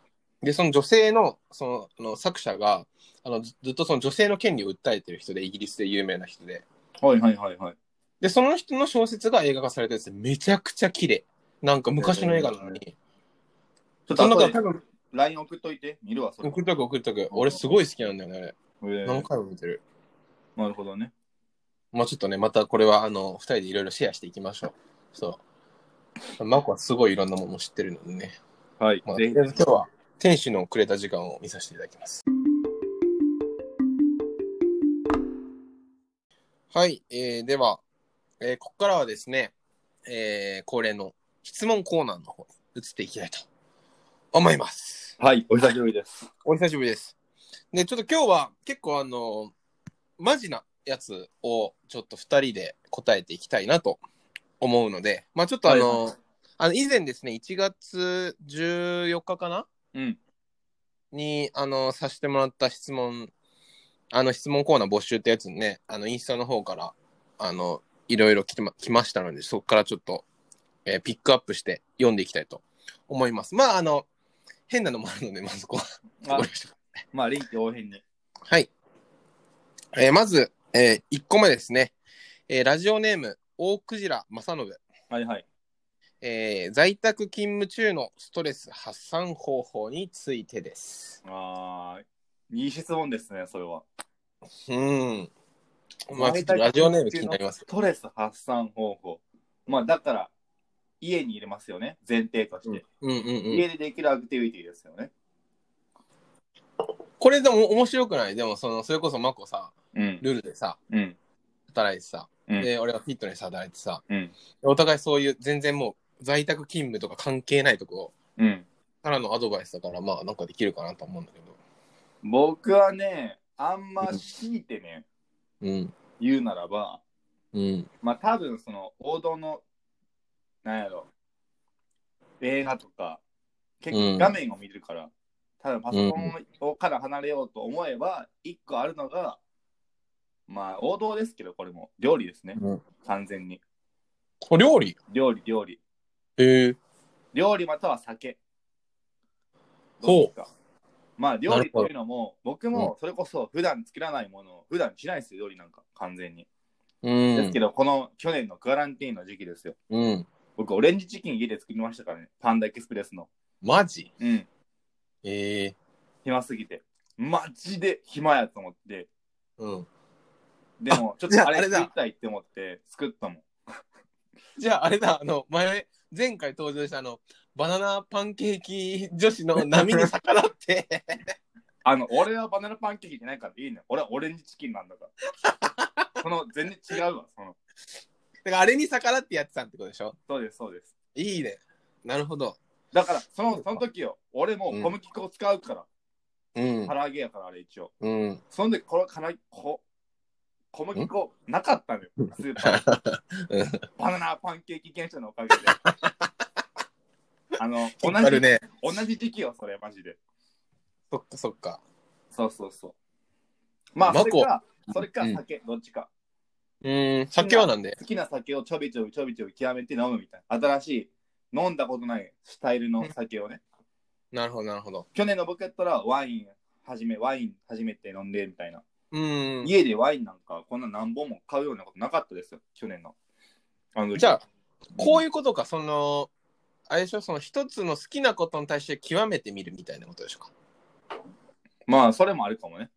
Speaker 1: で、その女性の、その、あの作者が、あの、ずずっとその女性の権利を訴えてる人で、イギリスで有名な人で、
Speaker 2: はいはいはいはい。
Speaker 1: で、その人の小説が映画化されたやつで、めちゃくちゃ綺麗。なんか昔の映画なのに。
Speaker 2: ちょっ
Speaker 1: そ
Speaker 2: と
Speaker 1: の
Speaker 2: 後
Speaker 1: 中、
Speaker 2: で
Speaker 1: 多分、
Speaker 2: LINE 送っといて、見るわ、それ。
Speaker 1: 送っとく送っとく。俺すごい好きなんだよね、
Speaker 2: え
Speaker 1: あれ。
Speaker 2: ー
Speaker 1: 何回も見てる。
Speaker 2: なるほどね。
Speaker 1: まあちょっとね、またこれは、あの、二人でいろいろシェアしていきましょう。そう。マコはすごいいろんなものを知ってるのでね。
Speaker 2: はい。
Speaker 1: まあ、と
Speaker 2: ぜひ
Speaker 1: りあえず今日は天使のくれた時間を見させていただきます。はい、えーでは、えーここからはですね、えー恒例の質問コーナーの方に移っていきたいと思います。
Speaker 2: はい、お久しぶりです。
Speaker 1: お久しぶりです。で、ちょっと今日は結構あのマジなやつをちょっと2人で答えていきたいなと思うので、まあちょっとあの、
Speaker 2: はいはい
Speaker 1: あの以前ですね、1月14日かな
Speaker 2: うん。
Speaker 1: に、あの、させてもらった質問、あの、質問コーナー募集ってやつにね、あの、インスタの方から、あの、いろいろ来てま来ましたので、そこからちょっと、えーピックアップして読んでいきたいと思います。まあ、あの、変なのもあるので、まずここは
Speaker 2: あ
Speaker 1: ご了承
Speaker 2: まあ、臨機応変に。
Speaker 1: はい。えーまず、え1個目ですね。えーラジオネーム、大クジラ正信。
Speaker 2: はいはい。
Speaker 1: えー在宅勤務中のストレス発散方法についてです。
Speaker 2: あーいい質問ですね、それは。
Speaker 1: うん。まあ、ちょっとラジオネーム気になります
Speaker 2: ス。トレス発散方法。まあ、だから、家に入れますよね、前提として。
Speaker 1: うんうんうん。
Speaker 2: 家でできるアクティビティですよね。
Speaker 1: これでも面白くないでも、その、それこそマコさ、
Speaker 2: うん。
Speaker 1: ルールでさ、
Speaker 2: うん。
Speaker 1: 働いてさ、
Speaker 2: うん
Speaker 1: で、俺はフィットネス働いてさ、
Speaker 2: うん。
Speaker 1: お互いそういう、全然もう、在宅勤務とか関係ないとこ
Speaker 2: うん。
Speaker 1: からのアドバイスだから、まあ、なんかできるかなと思うんだけど。
Speaker 2: 僕はね、あんま強いてね、
Speaker 1: うん。
Speaker 2: 言うならば、
Speaker 1: うん。
Speaker 2: まあ多分その王道の、なんやろ、映画とか、結
Speaker 1: うん
Speaker 2: 構画面を見るから、多分パソコンから離れようと思えば、一個あるのが、まあ王道ですけど、これも、料理ですね、
Speaker 1: うん
Speaker 2: 完全に。
Speaker 1: お料理
Speaker 2: 料理、料理。
Speaker 1: ええ
Speaker 2: 料理または酒。
Speaker 1: ほう
Speaker 2: どっちか。まあ料理というのも、僕もそれこそ普段作らないものを普段しないですよ、料理なんか、完全に。
Speaker 1: うん。
Speaker 2: ですけど、この去年のクアランティーンの時期ですよ。
Speaker 1: うん。
Speaker 2: 僕、オレンジチキン家で作りましたからね。パンダエクスプレスの。
Speaker 1: マジ
Speaker 2: うん。
Speaker 1: ええ
Speaker 2: 暇すぎて。マジで暇やと思って。
Speaker 1: うん。
Speaker 2: でも、ちょっ
Speaker 1: じゃあ
Speaker 2: とあれ
Speaker 1: あれだ
Speaker 2: 作りたいって思って作ったもん。
Speaker 1: じゃあ、あれだ、あの、前、前回登場したあの、バナナパンケーキ女子の波に逆らって。
Speaker 2: あの、俺はバナナパンケーキじゃないからいいね。俺はオレンジチキンなん だから。その、全然違うわ。その、
Speaker 1: だからあれに逆らってやってたってことでしょ
Speaker 2: そうです、そうです。
Speaker 1: いいね。なるほど。
Speaker 2: だから、その、その時よ。俺も
Speaker 1: うん
Speaker 2: 小麦粉を使うから。
Speaker 1: うん
Speaker 2: 唐。揚げやから、あれ一応。
Speaker 1: うん。
Speaker 2: そんで、この唐揚げ、こ小麦粉なかったのよ。スーパーに。 バナナパンケーキ現象のおかげで。あの、 同
Speaker 1: ある
Speaker 2: じ、
Speaker 1: ね。
Speaker 2: 同じ時期よ、それ、マジで。
Speaker 1: そっかそっか。
Speaker 2: そうそうそう。まあ、
Speaker 1: マ
Speaker 2: そ
Speaker 1: コ
Speaker 2: れか、それ
Speaker 1: う
Speaker 2: か
Speaker 1: ん
Speaker 2: 酒、どっちか。
Speaker 1: うん。酒はなんで。
Speaker 2: 好きな酒をちょびちょびちょびちょび極めて飲むみたいな。新しい、飲んだことないスタイルの酒をね。
Speaker 1: なるほど、なるほど。
Speaker 2: 去年の僕やったらワイン始め、ワイン初めて飲んでみたいな。
Speaker 1: うん。
Speaker 2: 家でワインなんかこんな何本も買うようなことなかったですよ、去年の。あの
Speaker 1: じゃあ、こういうことか、その、あれでしょ、その一つの好きなことに対して極めてみるみたいなことでしょうか。
Speaker 2: まあ、それもあるかもね。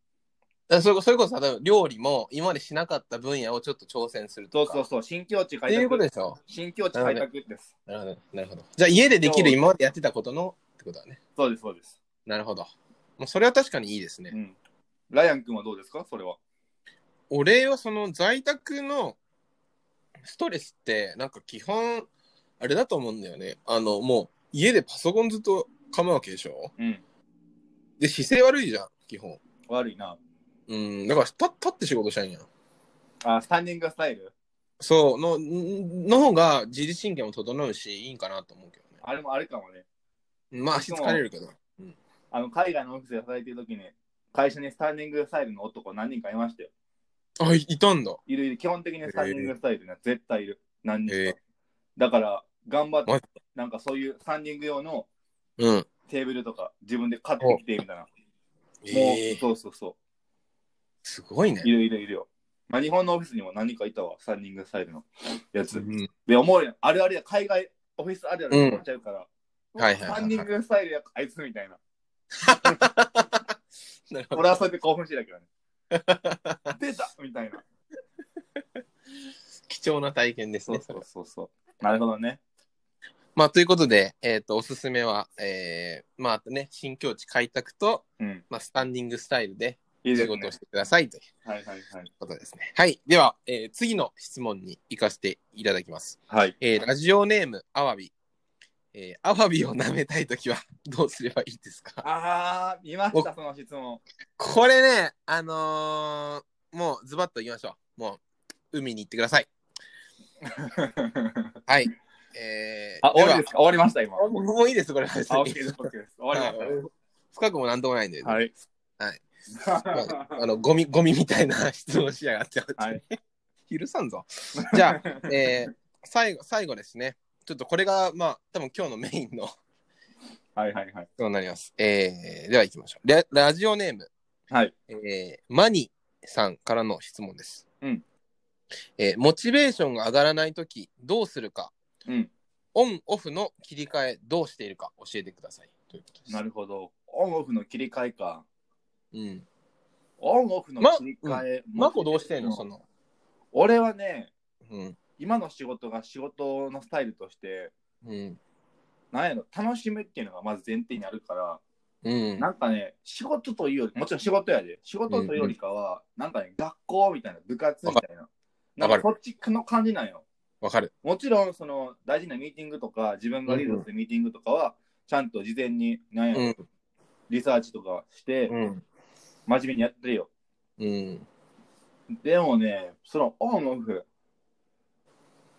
Speaker 1: だからそれこそれこそ、例えば料理も今までしなかった分野をちょっと挑戦する
Speaker 2: そ
Speaker 1: と
Speaker 2: う
Speaker 1: か。
Speaker 2: そうそう、新境地
Speaker 1: っ
Speaker 2: 開
Speaker 1: ていうこと
Speaker 2: 拓。
Speaker 1: でしょ。
Speaker 2: 新境地開拓です。
Speaker 1: なるほど、なるほど。じゃあ家でできる今までやってたことのってことだね。
Speaker 2: そうです、そうです。
Speaker 1: なるほど。もうそれは確かにいいですね。
Speaker 2: うん。ライアン君はどうですかそれは。
Speaker 1: 俺はその在宅のストレスってなんか基本あれだと思うんだよね。あのもう家でパソコンずっと構うわけでしょ
Speaker 2: うん。
Speaker 1: で姿勢悪いじゃん、基本。
Speaker 2: 悪いな。
Speaker 1: うん、だから立立って仕事したいんやん。
Speaker 2: あ、スタンディングスタイル
Speaker 1: そう、の、んの方が自律神経も整うし、いいんかなと思うけど
Speaker 2: あれもあるかもね。
Speaker 1: ね。まあ足疲れるけど。
Speaker 2: あの、海外のオフィスで働いてる時に、会社にスタンディングスタイルの男何人かいましたよ。
Speaker 1: あ、いいたんだ。
Speaker 2: いるいる、基本的にスタンディングスタイルね、絶対いる。何人か。
Speaker 1: え
Speaker 2: だから、頑張っ
Speaker 1: マ
Speaker 2: て、なんかそういうスタンディング用の
Speaker 1: うん。
Speaker 2: テーブルとか、自分で買ってきてみたいな。もう、
Speaker 1: ええ
Speaker 2: そうそうそ
Speaker 1: すごいね
Speaker 2: う。い。るいるいるよ。まあ、日本のオフィスにも何人かいたわ、スタンディングスタイルのやつ。
Speaker 1: うん
Speaker 2: で、思うよ。あるあるや、海外オフィスあるあるになっちゃうから、
Speaker 1: んはいはいはい
Speaker 2: ス
Speaker 1: はい
Speaker 2: タンディングスタイルや、あいつみたいな。
Speaker 1: なるほど
Speaker 2: 俺はそれで興奮してたけどね。 出たみたいな。
Speaker 1: 貴重な体験です
Speaker 2: そ
Speaker 1: ね
Speaker 2: う。そうそうそう。なるほどね。
Speaker 1: まあ、ということで、えっ、と、おすすめは、えー、まあ、あとね、新境地開拓と、
Speaker 2: うん。
Speaker 1: まあ、スタンディングスタイルで
Speaker 2: いい
Speaker 1: 仕
Speaker 2: です
Speaker 1: 事
Speaker 2: ね
Speaker 1: をし。てくださいという
Speaker 2: はいはいはい。
Speaker 1: ことですね。はい。では、えー次の質問に行かせていただきます。
Speaker 2: はい。
Speaker 1: えーラジオネーム、アワビ。えーアワビを舐めたいときは どうすればいいですか
Speaker 2: ああ、見ました、その 質問。
Speaker 1: これね、あのーもうズバッと言いましょう。もう、海に行ってください。はい。えー、
Speaker 2: あ、終わり
Speaker 1: で
Speaker 2: ですか終わりました、今。
Speaker 1: はもういいです、これは別に
Speaker 2: あ、OK です、OK です。終わりまし
Speaker 1: 深くもなんともないんで、
Speaker 2: た。はい。
Speaker 1: はい。
Speaker 2: は
Speaker 1: あのゴミゴミみたいな 質問しやがって、
Speaker 2: はい
Speaker 1: 許さんぞ。じゃあ、えー最後最後ですね、ちょっとこれが、まあ、多分今日のメインの
Speaker 2: い はいはい。
Speaker 1: そうなります。えーでは行きましょう。ララジオネーム、
Speaker 2: はい。
Speaker 1: えーマニさんからの質問です。
Speaker 2: うん
Speaker 1: えーモチベーションが上がらないとき、どうするか、
Speaker 2: うん。
Speaker 1: オン、オフの切り替え、どうしているか教えてください。ということです。
Speaker 2: なるほど。オンオフの切り替えか。
Speaker 1: うん。
Speaker 2: オンオフの切り替え。
Speaker 1: マコどうしてんのその。
Speaker 2: 俺はね、
Speaker 1: うん。
Speaker 2: 今の仕事が仕事のスタイルとして、
Speaker 1: うん。
Speaker 2: なんやろ、楽しむっていうのがまず前提にあるから、
Speaker 1: うん。
Speaker 2: なんかね、仕事というより、もちろん仕事やで、仕事というよりかは、なんかね、学校みたいな、部活みたいな。なんかそっちの感じなんよ。
Speaker 1: わかる。
Speaker 2: もちろん、その大事なミーティングとか、自分がリードするミーティングとかは、ちゃんと事前に、なんやろ、
Speaker 1: うん。
Speaker 2: リサーチとかして、
Speaker 1: うん。
Speaker 2: 真面目にやってるよ。
Speaker 1: うん。
Speaker 2: でもね、そのオンオフ、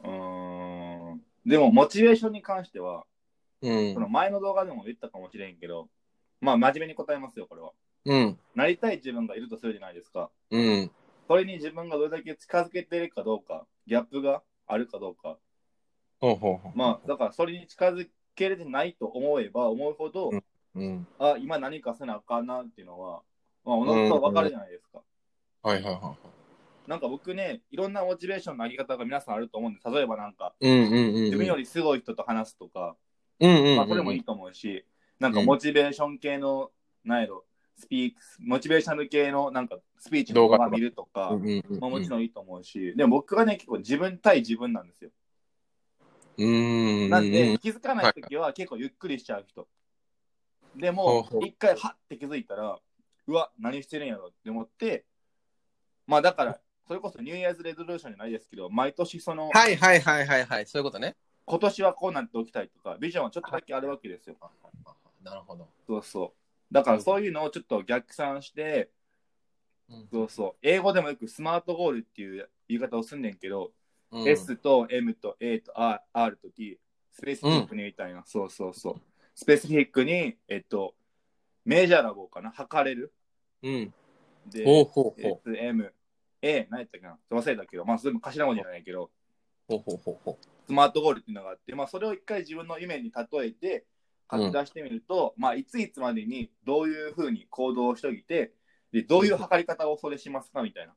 Speaker 2: うーん、でもモチベーションに関しては、
Speaker 1: うん
Speaker 2: その前の動画でも言ったかもしれんけど、まあ、真面目に答えますよ、これは。
Speaker 1: うん。
Speaker 2: なりたい自分がいるとするじゃないですか。
Speaker 1: うん。
Speaker 2: それに自分がどれだけ近づけてるかどうか、ギャップがあるかどうか。
Speaker 1: ほうほうほう。
Speaker 2: まあ、だからそれに近づけれてないと思えば思うほど、
Speaker 1: うん。
Speaker 2: あ、今何かせなあかんなっていうのは、まあ、おのずとわかるじゃないですか。
Speaker 1: はいはいは
Speaker 2: なんか僕ね、いろんなモチベーションの上げ方が皆さんあると思うんで、例えばなんか、
Speaker 1: い。うんうんうん。
Speaker 2: 自分よりすごい人と話すとか、
Speaker 1: うんうんうん。
Speaker 2: まあ、それもいいと思うし、なんかモチベーション系の、なんやろ、スピークス、モチベーション系のなんかスピーチの動画見るとか、
Speaker 1: うんうんうん。
Speaker 2: まあ、もちろんいいと思うし、でも僕はね、結構自分対自分なんですよ。
Speaker 1: うん。
Speaker 2: なんで、気づかないときは結構ゆっくりしちゃう人。でも
Speaker 1: ほうほ、う
Speaker 2: 一回はって気づいたら、うわ、何してるんやろって思って、まあだから、それこそニューイヤーズレゾルーションじゃないですけど、毎年その、
Speaker 1: はいはいはいはいはい。そういうことね。
Speaker 2: 今年はこうなっておきたいとか、ビジョンはちょっとだけあるわけですよ。
Speaker 1: なるほど。
Speaker 2: そうそう。だからそういうのをちょっと逆算して、そうそう。英語でもよくスマートゴールっていう言い方をすんねんけど、
Speaker 1: うん。
Speaker 2: S と M と A と R, R と T、スペシフィックにみたいな、そうそうそう。スペシフィックに、えっと、メジャーラボかな、測れる。
Speaker 1: うん。
Speaker 2: で、
Speaker 1: ほうほうほう。
Speaker 2: S、M、A、何やったっけな、忘れたけど、まあ、それも頭文字じゃないけど、
Speaker 1: ほうほうほうほ
Speaker 2: スマートゴールっていうのがあって、まあ、それを一回自分の夢に例えて、書き出してみると、まあ、いついつまでにどういうふうに行動をしておいて、で、どういう測り方をそれしますかみたいな。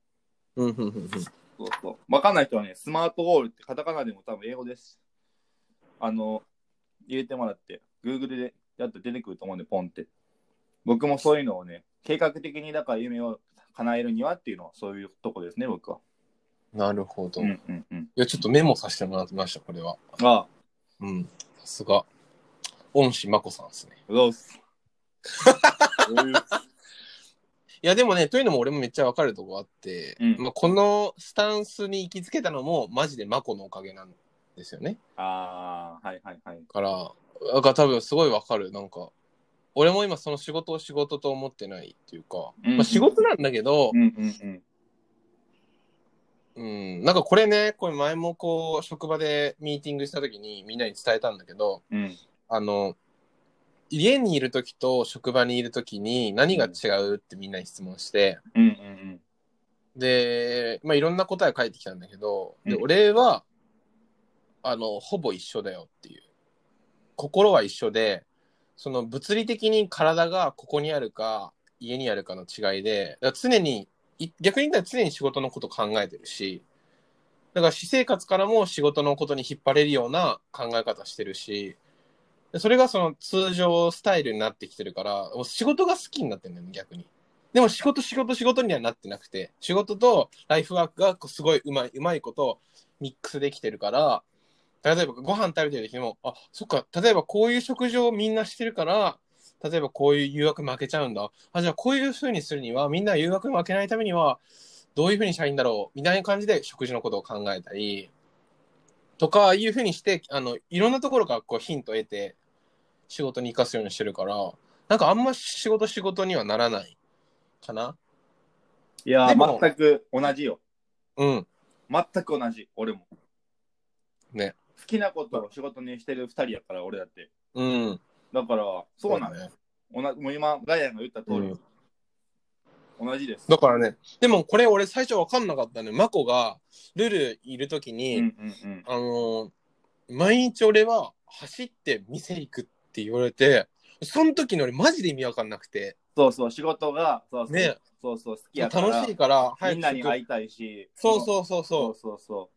Speaker 1: うんうんうんうん
Speaker 2: そうそう。わかんない人はね、スマートウォールってカタカナでも多分英語です。あの、入れてもらって、Google でやって出てくると思うんで、ポンって。僕もそういうのをね、計画的にだから夢を叶えるにはっていうのはそういうとこですね、僕は。
Speaker 1: なるほど。
Speaker 2: う
Speaker 1: い
Speaker 2: んうんうん。
Speaker 1: や、ちょっとメモさせてもらいました、これは。
Speaker 2: ああ、
Speaker 1: うん。さすが。恩師眞子さんですね。
Speaker 2: どうっ す。
Speaker 1: いや、でもね、というのも俺もめっちゃわかるとこあって、
Speaker 2: うん
Speaker 1: まあ、このスタンスに行きつけたのも、マジで眞子のおかげなんですよね。
Speaker 2: ああ、はいはいはい。
Speaker 1: から、だから多分すごいわかる。なんか、俺も今その仕事を仕事と思ってないっていうか、
Speaker 2: うん
Speaker 1: まあ、仕事なんだけど
Speaker 2: う、んうんうん。
Speaker 1: うん、なんかこれね、これ前もこう、職場でミーティングした時にみんなに伝えたんだけど、
Speaker 2: うん
Speaker 1: あの、家にいる時と職場にいる時に何が違うってみんなに質問して、
Speaker 2: うんうん
Speaker 1: で、まあ、いろんな答え返ってきたんだけど、で
Speaker 2: うん
Speaker 1: 俺は、あの、ほぼ一緒だよっていう。心は一緒で、その物理的に体がここにあるか、家にあるかの違いで、だから常に、い逆に言ったら常に仕事のこと考えてるし、だから私生活からも仕事のことに引っ張れるような考え方してるし、でそれがその通常スタイルになってきてるから、もう仕事が好きになってるんだよね、逆に。でも仕事仕事仕事にはなってなくて、仕事とライフワークがこうすごいうまい、うまいことミックスできてるから、例えばご飯食べてる時も、あ、そっか、例えばこういう食事をみんなしてるから、例えばこういう誘惑負けちゃうんだ。あ、じゃあこういう風にするには、みんな誘惑に負けないためには、どういう風にしたらいいんだろうみたいな感じで食事のことを考えたり、とかいう風にして、あの、いろんなところからこうヒントを得て、仕事に生かすようにしてるから、なんかあんま仕事仕事にはならないかな。
Speaker 2: いや
Speaker 1: でも
Speaker 2: ー、全く同じよ。
Speaker 1: うん。
Speaker 2: 全く同じ、俺も。
Speaker 1: ね。
Speaker 2: 好きなことを仕事にしてる二人やから、俺だって。
Speaker 1: うん。
Speaker 2: だから、そうなんだよ。
Speaker 1: ね。
Speaker 2: おなもう今、ガイアンが言った通り、同じです。
Speaker 1: だからね、でもこれ俺最初わかんなかったね。マコがルルいるとき
Speaker 2: う
Speaker 1: に、
Speaker 2: んうんうん。
Speaker 1: あのー毎日俺は走って店行くって言われて、その時の俺マジで意味わかんなくて、
Speaker 2: そうそう、仕事が、そうそう、
Speaker 1: ね
Speaker 2: そうそう好きや
Speaker 1: 楽
Speaker 2: から、
Speaker 1: しいから早
Speaker 2: みんなに
Speaker 1: く行く。
Speaker 2: 会いたいし、
Speaker 1: そうそうそう
Speaker 2: そ
Speaker 1: そ
Speaker 2: うそうそ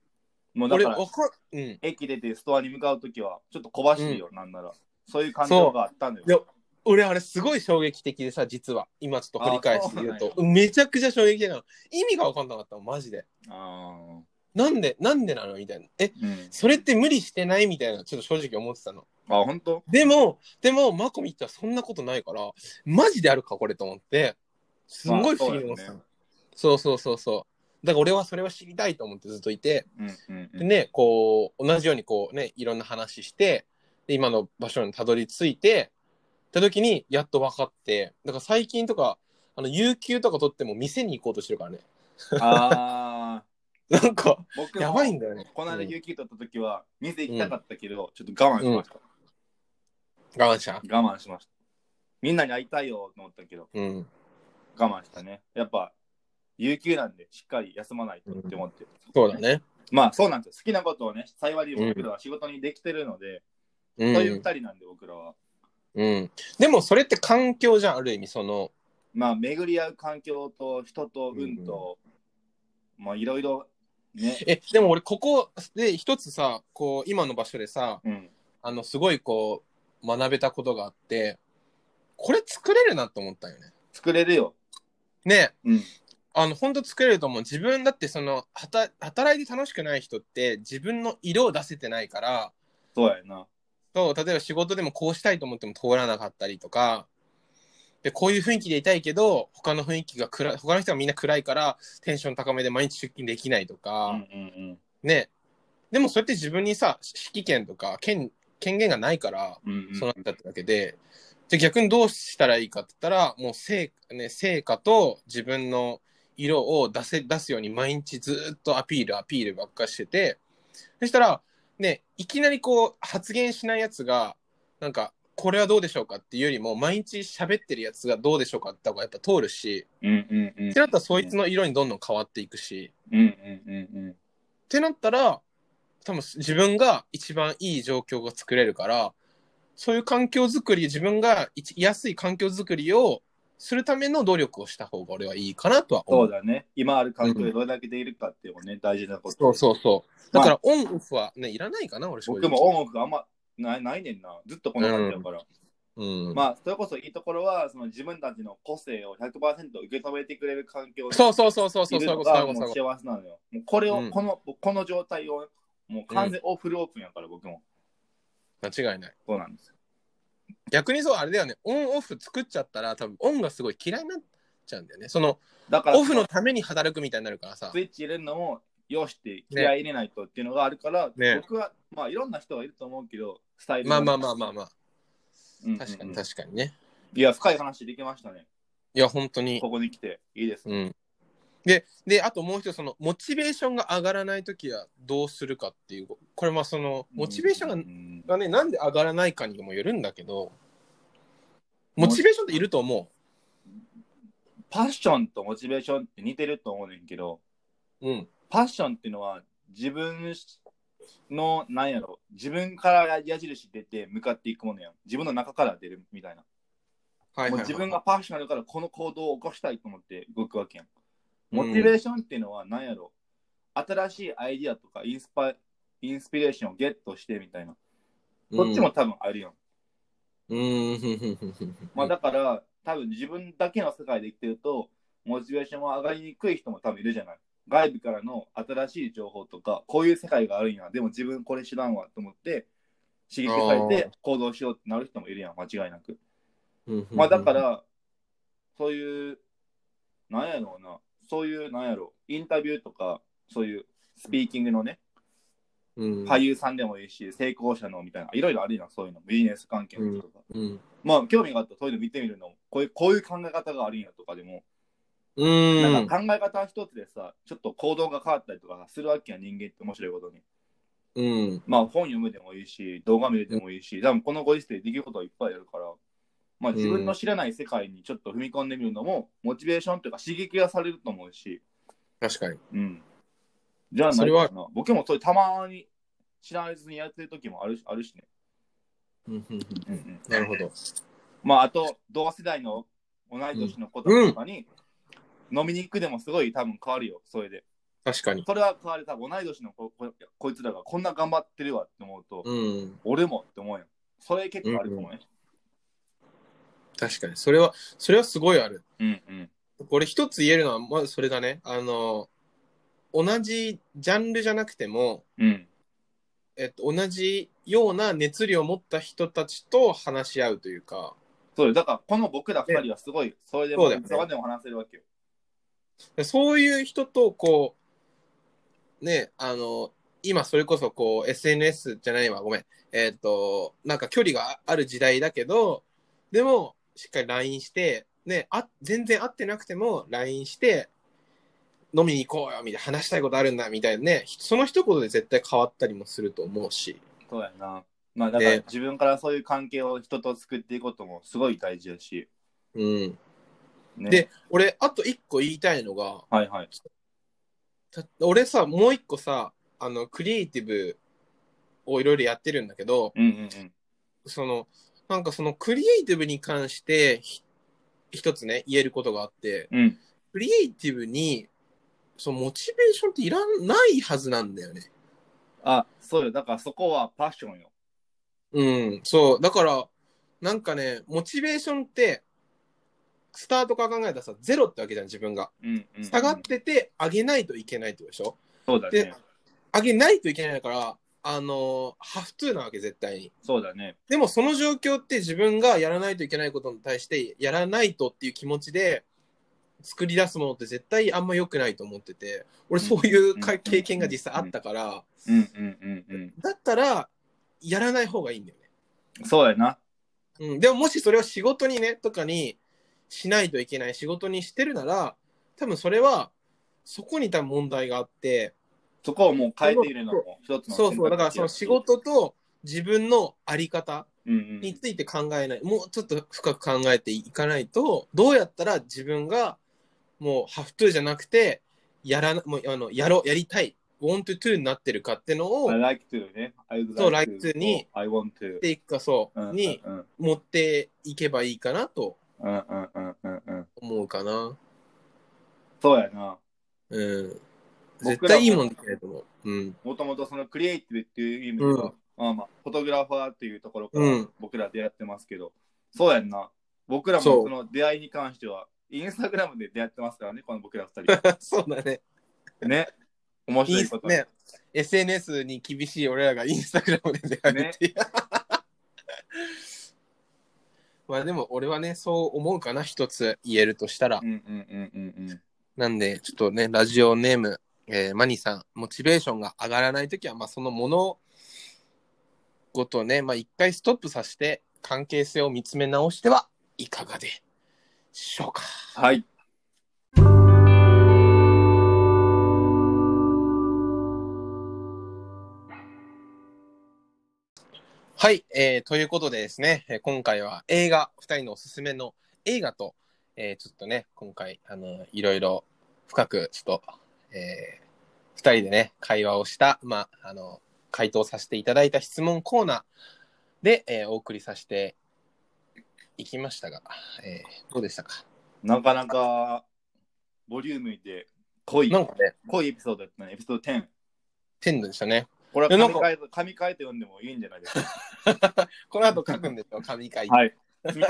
Speaker 2: う。もう
Speaker 1: う。
Speaker 2: だ
Speaker 1: 俺
Speaker 2: か
Speaker 1: わ
Speaker 2: ら、
Speaker 1: かん、うん。
Speaker 2: 駅出てストアに向かうときは、ちょっと小走りよ、なんなら。そういう感情があったのよ。
Speaker 1: いや俺あれすごい衝撃的でさ、実は。今ちょっと振り返して言う
Speaker 2: あ
Speaker 1: と
Speaker 2: そ、
Speaker 1: めちゃくちゃ衝撃的なの。意味がわかんなかったの、マジで。
Speaker 2: あー
Speaker 1: なんで、なんでなのみたいな。え、
Speaker 2: うん、
Speaker 1: それって無理してないみたいな、ちょっと正直思ってたの。
Speaker 2: あ、本当
Speaker 1: でも、でも、マコミったらそんなことないから、マジであるか、これと思って、すんごい不思議に思ってたの、
Speaker 2: ま
Speaker 1: そうそうそうそう。だから俺はそれは知りたいと思ってずっといて、
Speaker 2: うんうん
Speaker 1: でね、こう、同じようにこうね、いろんな話して、で今の場所にたどり着いて、た時にやっと分かって、だから最近とか、あの、有給とか取っても店に行こうとしてるからね。
Speaker 2: うん。ああ、
Speaker 1: なんか、
Speaker 2: 僕も
Speaker 1: やばいんだよね。
Speaker 2: この間、
Speaker 1: うん
Speaker 2: 有給取ったときは、店行きたかったけど、ちょっと我慢しました。
Speaker 1: 我慢した。
Speaker 2: 我慢しました。みんなに会いたいよと思ったけど、
Speaker 1: うん。
Speaker 2: 我慢したね。やっぱ、有給なんで、しっかり休まないとって思って。
Speaker 1: そうだね。
Speaker 2: まあ、そうなんですよ。好きなことをね、幸いに僕らは仕事にできてるので、
Speaker 1: う
Speaker 2: そういう二
Speaker 1: ん。
Speaker 2: 人なんで、僕らは。
Speaker 1: うん。でも、それって環境じゃん、ある意味、その、
Speaker 2: まあ、巡り合う環境と、人と、運と、まあ、いろいろ、ね。
Speaker 1: えでも俺ここで一つさこう今の場所でさ
Speaker 2: うん。
Speaker 1: あのすごいこう学べたことがあってこれ作れるなと思ったよね。
Speaker 2: 作れるよ。
Speaker 1: ね
Speaker 2: うん。
Speaker 1: あの本当作れると思う自分だってそのはた働いて楽しくない人って自分の色を出せてないから
Speaker 2: そうやな。
Speaker 1: そう例えば仕事でもこうしたいと思っても通らなかったりとかでこういう雰囲気でいたいけど他の雰囲気が暗い他の人がみんな暗いからテンション高めで毎日出勤できないとか。
Speaker 2: うんうん
Speaker 1: ねでもそうやって自分にさ指揮権とか権権限がないから
Speaker 2: うん。うんうん
Speaker 1: そうなったってだけで、じゃあ逆にどうしたらいいかって言ったらもう成,、ね、成果と自分の色を出せ出すように毎日ずっとアピールアピールばっかしててそしたらねいきなりこう発言しないやつがなんかこれはどうでしょうかっていうよりも毎日喋ってるやつがどうでしょうかって言った方がやっぱ通るし
Speaker 2: うんうんうん
Speaker 1: ってなったらそいつの色にどんどん変わっていくし。
Speaker 2: うんうんうんうん。
Speaker 1: ってなったら多分自分が一番いい状況が作れるからそういう環境づくり、自分が生きやすい環境づくりをするための努力をした方が俺はいいかなとは思。
Speaker 2: そううだね。今ある環境でどれだけできるかっていうのもね、大事なこと。
Speaker 1: そうそうそう。だ
Speaker 2: まあ
Speaker 1: からオンオフはね、いらないかな、俺正直
Speaker 2: 僕もオンオフがあんまないないねんな。ずっとこの感じだから。
Speaker 1: うん。
Speaker 2: まあ、それこそいいところは、その自分たちの個性を100%受け止めてくれる環境に
Speaker 1: そうそうそうそうそ、
Speaker 2: いう
Speaker 1: そう
Speaker 2: る
Speaker 1: いうこ
Speaker 2: の
Speaker 1: と、そうい
Speaker 2: が
Speaker 1: う
Speaker 2: も
Speaker 1: ことそういううこ
Speaker 2: 幸せなのよ。もうこれを、
Speaker 1: うん
Speaker 2: この、この状態を、もう完全オフルオープンやから、僕も。
Speaker 1: と。間違いない。
Speaker 2: そうなんですよ。
Speaker 1: 逆にそう、あれだよね、オンオフ作っちゃったら、多分オンがすごい嫌いになっちゃうんだよね。その、
Speaker 2: だから、
Speaker 1: オフのために働くみたいになるからさ
Speaker 2: ス。イッチ入れるのも、よしって気合い入れないとっていうのがあるから、
Speaker 1: ね
Speaker 2: 僕は、まあ、いろんな人がいると思うけど、スタイル
Speaker 1: まあまあまあまあまあ、
Speaker 2: あ
Speaker 1: 確かに
Speaker 2: か
Speaker 1: 確かにね。
Speaker 2: に。いや、深い話できましたね。
Speaker 1: いや、本当に。
Speaker 2: ここに来て、いいですね。
Speaker 1: うん。で、で、あともう一つ、その、モチベーションが上がらないときはどうするかっていう、これはその、モチベーションが,、
Speaker 2: ン
Speaker 1: がね、なんで上がらないかにもよるんだけど、モチベーションっていると思
Speaker 2: パッションとモチベーションって似てると思うねんけど、
Speaker 1: う。うん。
Speaker 2: パッションっていうのは自分のなんやろ自分から矢印出て向かっていくものやん自分の中から出るみたいな、
Speaker 1: はいはい、はい。
Speaker 2: もう自分がパッションあるからこの行動を起こしたいと思って動くわけやんモチベーションっていうのはなんやろ新しいアイディアとかインスパイインスピレーションをゲットしてみたいなそっちも多分あるやん、
Speaker 1: うん、うん、ふんふんふんふんふん
Speaker 2: まあ、だから多分自分だけの世界で生きてるとモチベーションは上がりにくい人も多分いるじゃない外部からの新しい情報とかこういう世界があるんやでも自分これ知らんわと思って刺激されて行動しようってなる人もいるやん間違いなく
Speaker 1: うん
Speaker 2: まあだか、らそういうなんやろうなそういうなんやろインタビューとかそういうスピーキングのね
Speaker 1: うん、
Speaker 2: 俳優さんでもいいし成功者のみたいないろいろあるやんそういうのビジネス関係の人とか
Speaker 1: うん。
Speaker 2: まあ興味があったらそういうの見てみるのもこういうこういう考え方があるんやとかでも、
Speaker 1: うん。
Speaker 2: なんか考え方一つでさちょっと行動が変わったりとかするわけや人間って面白いことに
Speaker 1: うん。
Speaker 2: まあ本読むでもいいし動画見るでもいいし、多分このご時世できることはいっぱいあるからまあ自分の知らない世界にちょっと踏み込んでみるのも、モチベーションというか刺激がされると思うし
Speaker 1: 確かに。
Speaker 2: うんじゃあ
Speaker 1: それは
Speaker 2: ないかな僕もそれたまに知らずにやってる時もあるしあるしね、
Speaker 1: うんうんうん
Speaker 2: うんうん、
Speaker 1: なるほど。
Speaker 2: まあ、あと、同世代の同い年の子たちとかに、飲みに行くでもすごい多分変わるよ、それで。
Speaker 1: 確かに。
Speaker 2: それは変わる、多分同い年のこここいつらがこんな頑張ってるわって思うと、
Speaker 1: うん。
Speaker 2: 俺もって思うよ。それ結構あると思うね。
Speaker 1: 確かに。それは、それはすごいある。
Speaker 2: うんうん。
Speaker 1: 俺一つ言えるのは、まずそれだね。あの、同じジャンルじゃなくても、
Speaker 2: うん。
Speaker 1: えっと、同じような熱量を持った人たちと話し合うというか、
Speaker 2: そうよだから、この僕ら二人はすごい、それで
Speaker 1: そ
Speaker 2: も、
Speaker 1: う
Speaker 2: い
Speaker 1: だよね
Speaker 2: つまでも話せるわけよ。
Speaker 1: そういう人と、こう、ね、あの、今それこそこう、SNS じゃないわ、ごめん。えっと、なんか距離がある時代だけど、でも、しっかり LINE して、ね、あ全然会ってなくても LINE して、飲みに行こうよ、みたいな、話したいことあるんだ、みたいなね、ひその一言で絶対変わったりもすると思うし。
Speaker 2: そうやな。まあ、だから
Speaker 1: ね
Speaker 2: 自分からそういう関係を人と作っていくこともすごい大事やし。
Speaker 1: うん。
Speaker 2: ね、
Speaker 1: で、俺、あと一個言いたいのが、
Speaker 2: はいはい。
Speaker 1: た俺さ、もう一個さ、あの、クリエイティブをいろいろやってるんだけど、
Speaker 2: うんうんうん。
Speaker 1: その、なんかそのクリエイティブに関して、ひ一つね、言えることがあって、
Speaker 2: うん。
Speaker 1: クリエイティブに、そのモチベーションっていらないはずなんだよね。
Speaker 2: あ、そうよ。だからそこはパッションよ。
Speaker 1: うん、そう。だから、なんかね、モチベーションって、スタートから考えたらさ、ゼロってわけじゃん、自分が。
Speaker 2: うんうん、うん。
Speaker 1: 下がってて、上げないといけないってことでしょ
Speaker 2: そうだね
Speaker 1: で。上げないといけないから、あのハフトゥーなわけ、絶対に。
Speaker 2: そうだね。
Speaker 1: でもその状況って自分がやらないといけないことに対してやらないとっていう気持ちで作り出すものって絶対あんま良くないと思ってて俺そういうか
Speaker 2: うん
Speaker 1: 経験が実際あったから
Speaker 2: うんうんうん
Speaker 1: だったらやらない方がいいんだよ
Speaker 2: うん。そうやな。
Speaker 1: ね、うん、でももしそれを仕事にねとかにしないといけない仕事にしてるなら多分それはそこに多分問題があって
Speaker 2: そこをもう変えているのも一つの
Speaker 1: そうそうだからその仕事と自分の在り方
Speaker 2: うん
Speaker 1: について考えない、もうちょっと深く考えていかないと、どうやったら自分がもうハフトゥーじゃなくて、やらな、もうあの、やろう、やりたい want to になってるかってのを
Speaker 2: I、like to ね。I would
Speaker 1: そう like to に、
Speaker 2: I want to
Speaker 1: っていくかそう、
Speaker 2: うん。
Speaker 1: に
Speaker 2: うん
Speaker 1: 持っていけばいいかなと
Speaker 2: うんうんうんうんうん。
Speaker 1: 思うかな。
Speaker 2: そうやな。
Speaker 1: うん。
Speaker 2: 僕らも
Speaker 1: 絶対いいもんだけれども。 うん。
Speaker 2: もともとそのクリエイティブっていう意味では、まあまあ、フォトグラファーっていうところか
Speaker 1: う
Speaker 2: ら
Speaker 1: ん
Speaker 2: 僕ら出会ってますけど、そうやんな。僕らも
Speaker 1: そう
Speaker 2: その出会いに関しては、インスタグラムで出会ってますからね、この僕ら二
Speaker 1: そうだね。
Speaker 2: 人。ね。面
Speaker 1: イ
Speaker 2: 白
Speaker 1: ン
Speaker 2: い
Speaker 1: ス
Speaker 2: ことに。
Speaker 1: ね、SNS に厳しい俺らがインスタグラムで出会うっていう。 まあでも俺はね、そう思うかな、一つ言えるとしたら
Speaker 2: う。んうんうんうんうん。
Speaker 1: なんで、ちょっとね、ラジオネーム、えーマニさん、モチベーションが上がらないときは、まあそのものごとね、まあ一回ストップさせて、関係性を見つめ直してはいかがでしょうか。
Speaker 2: はい。
Speaker 1: はい、えーということでですね、えー今回は映画、2人のおすすめの映画と、えーちょっとね、今回、あの、いろいろ深く、ちょっと、え2人でね、会話をした、まあ、あの、回答させていただいた質問コーナーで、えーお送りさせていきましたが、えーどうでしたか
Speaker 2: なかなか、ボリュームで濃い
Speaker 1: な、んかね、
Speaker 2: 濃いエピソードだったね、エピソード10。
Speaker 1: 天度でしたね。
Speaker 2: これは
Speaker 1: えなん
Speaker 2: 紙
Speaker 1: か
Speaker 2: 変えて紙変えて読んでもいいんじゃないですか。
Speaker 1: この後書くんですよ、神回。
Speaker 2: はい。紙書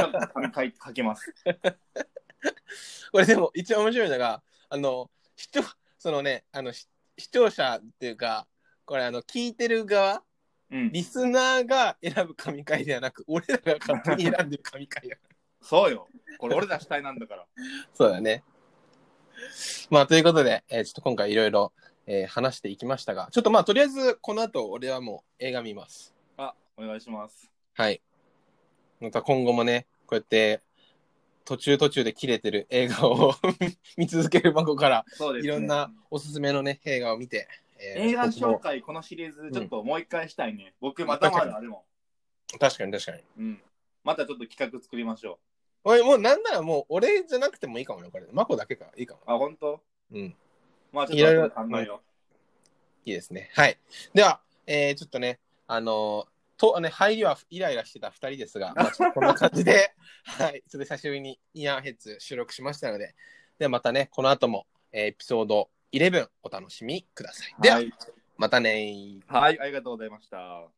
Speaker 2: 紙書けます。
Speaker 1: これでも一番面白いのがあの視聴そのねあのし視聴者っていうかこれあの聞いてる側
Speaker 2: うん。
Speaker 1: リスナーが選ぶ神回ではなく俺らが勝手に選んでる神回だか
Speaker 2: そうよ。これ俺ら主体なんだから。
Speaker 1: ら そうだねまあということで、えーちょっと今回いろいろえー話していきましたがちょっとまあとりあえずこの後俺はもう映画見ます
Speaker 2: あ、お願いします。
Speaker 1: はいまた今後もねこうやって途中途中で切れてる映画を 見続ける孫から
Speaker 2: そうです、
Speaker 1: いろんな。おすすめのね、映画を見て、えー
Speaker 2: 映画紹
Speaker 1: 僕も
Speaker 2: 介、このシリーズ、ちょっともう一回したいね。僕、またまだあるも
Speaker 1: 確かに確かに。
Speaker 2: ん。うん。またちょっと企画作りましょ
Speaker 1: おい、もうなんならもう俺じゃなくてもいいかもよ、これ。マコだけか、いいかも。
Speaker 2: う。あ、本当
Speaker 1: うん。い
Speaker 2: まあ、ちょっ
Speaker 1: いろい
Speaker 2: と
Speaker 1: ろ
Speaker 2: 後で考えよ
Speaker 1: いですね。はい。では、えーちょっとね、あのーと、ね、入りはイライラしてた2人ですが、まあ、ちょっとこんな感じで、 はい、ちょっと久しぶりにイヤーヘッズ収録しましたので、ではまたね、この後も、えーエピソード11お楽しみください。
Speaker 2: う。
Speaker 1: では、
Speaker 2: はい、
Speaker 1: またね
Speaker 2: はい、ありがとうございました。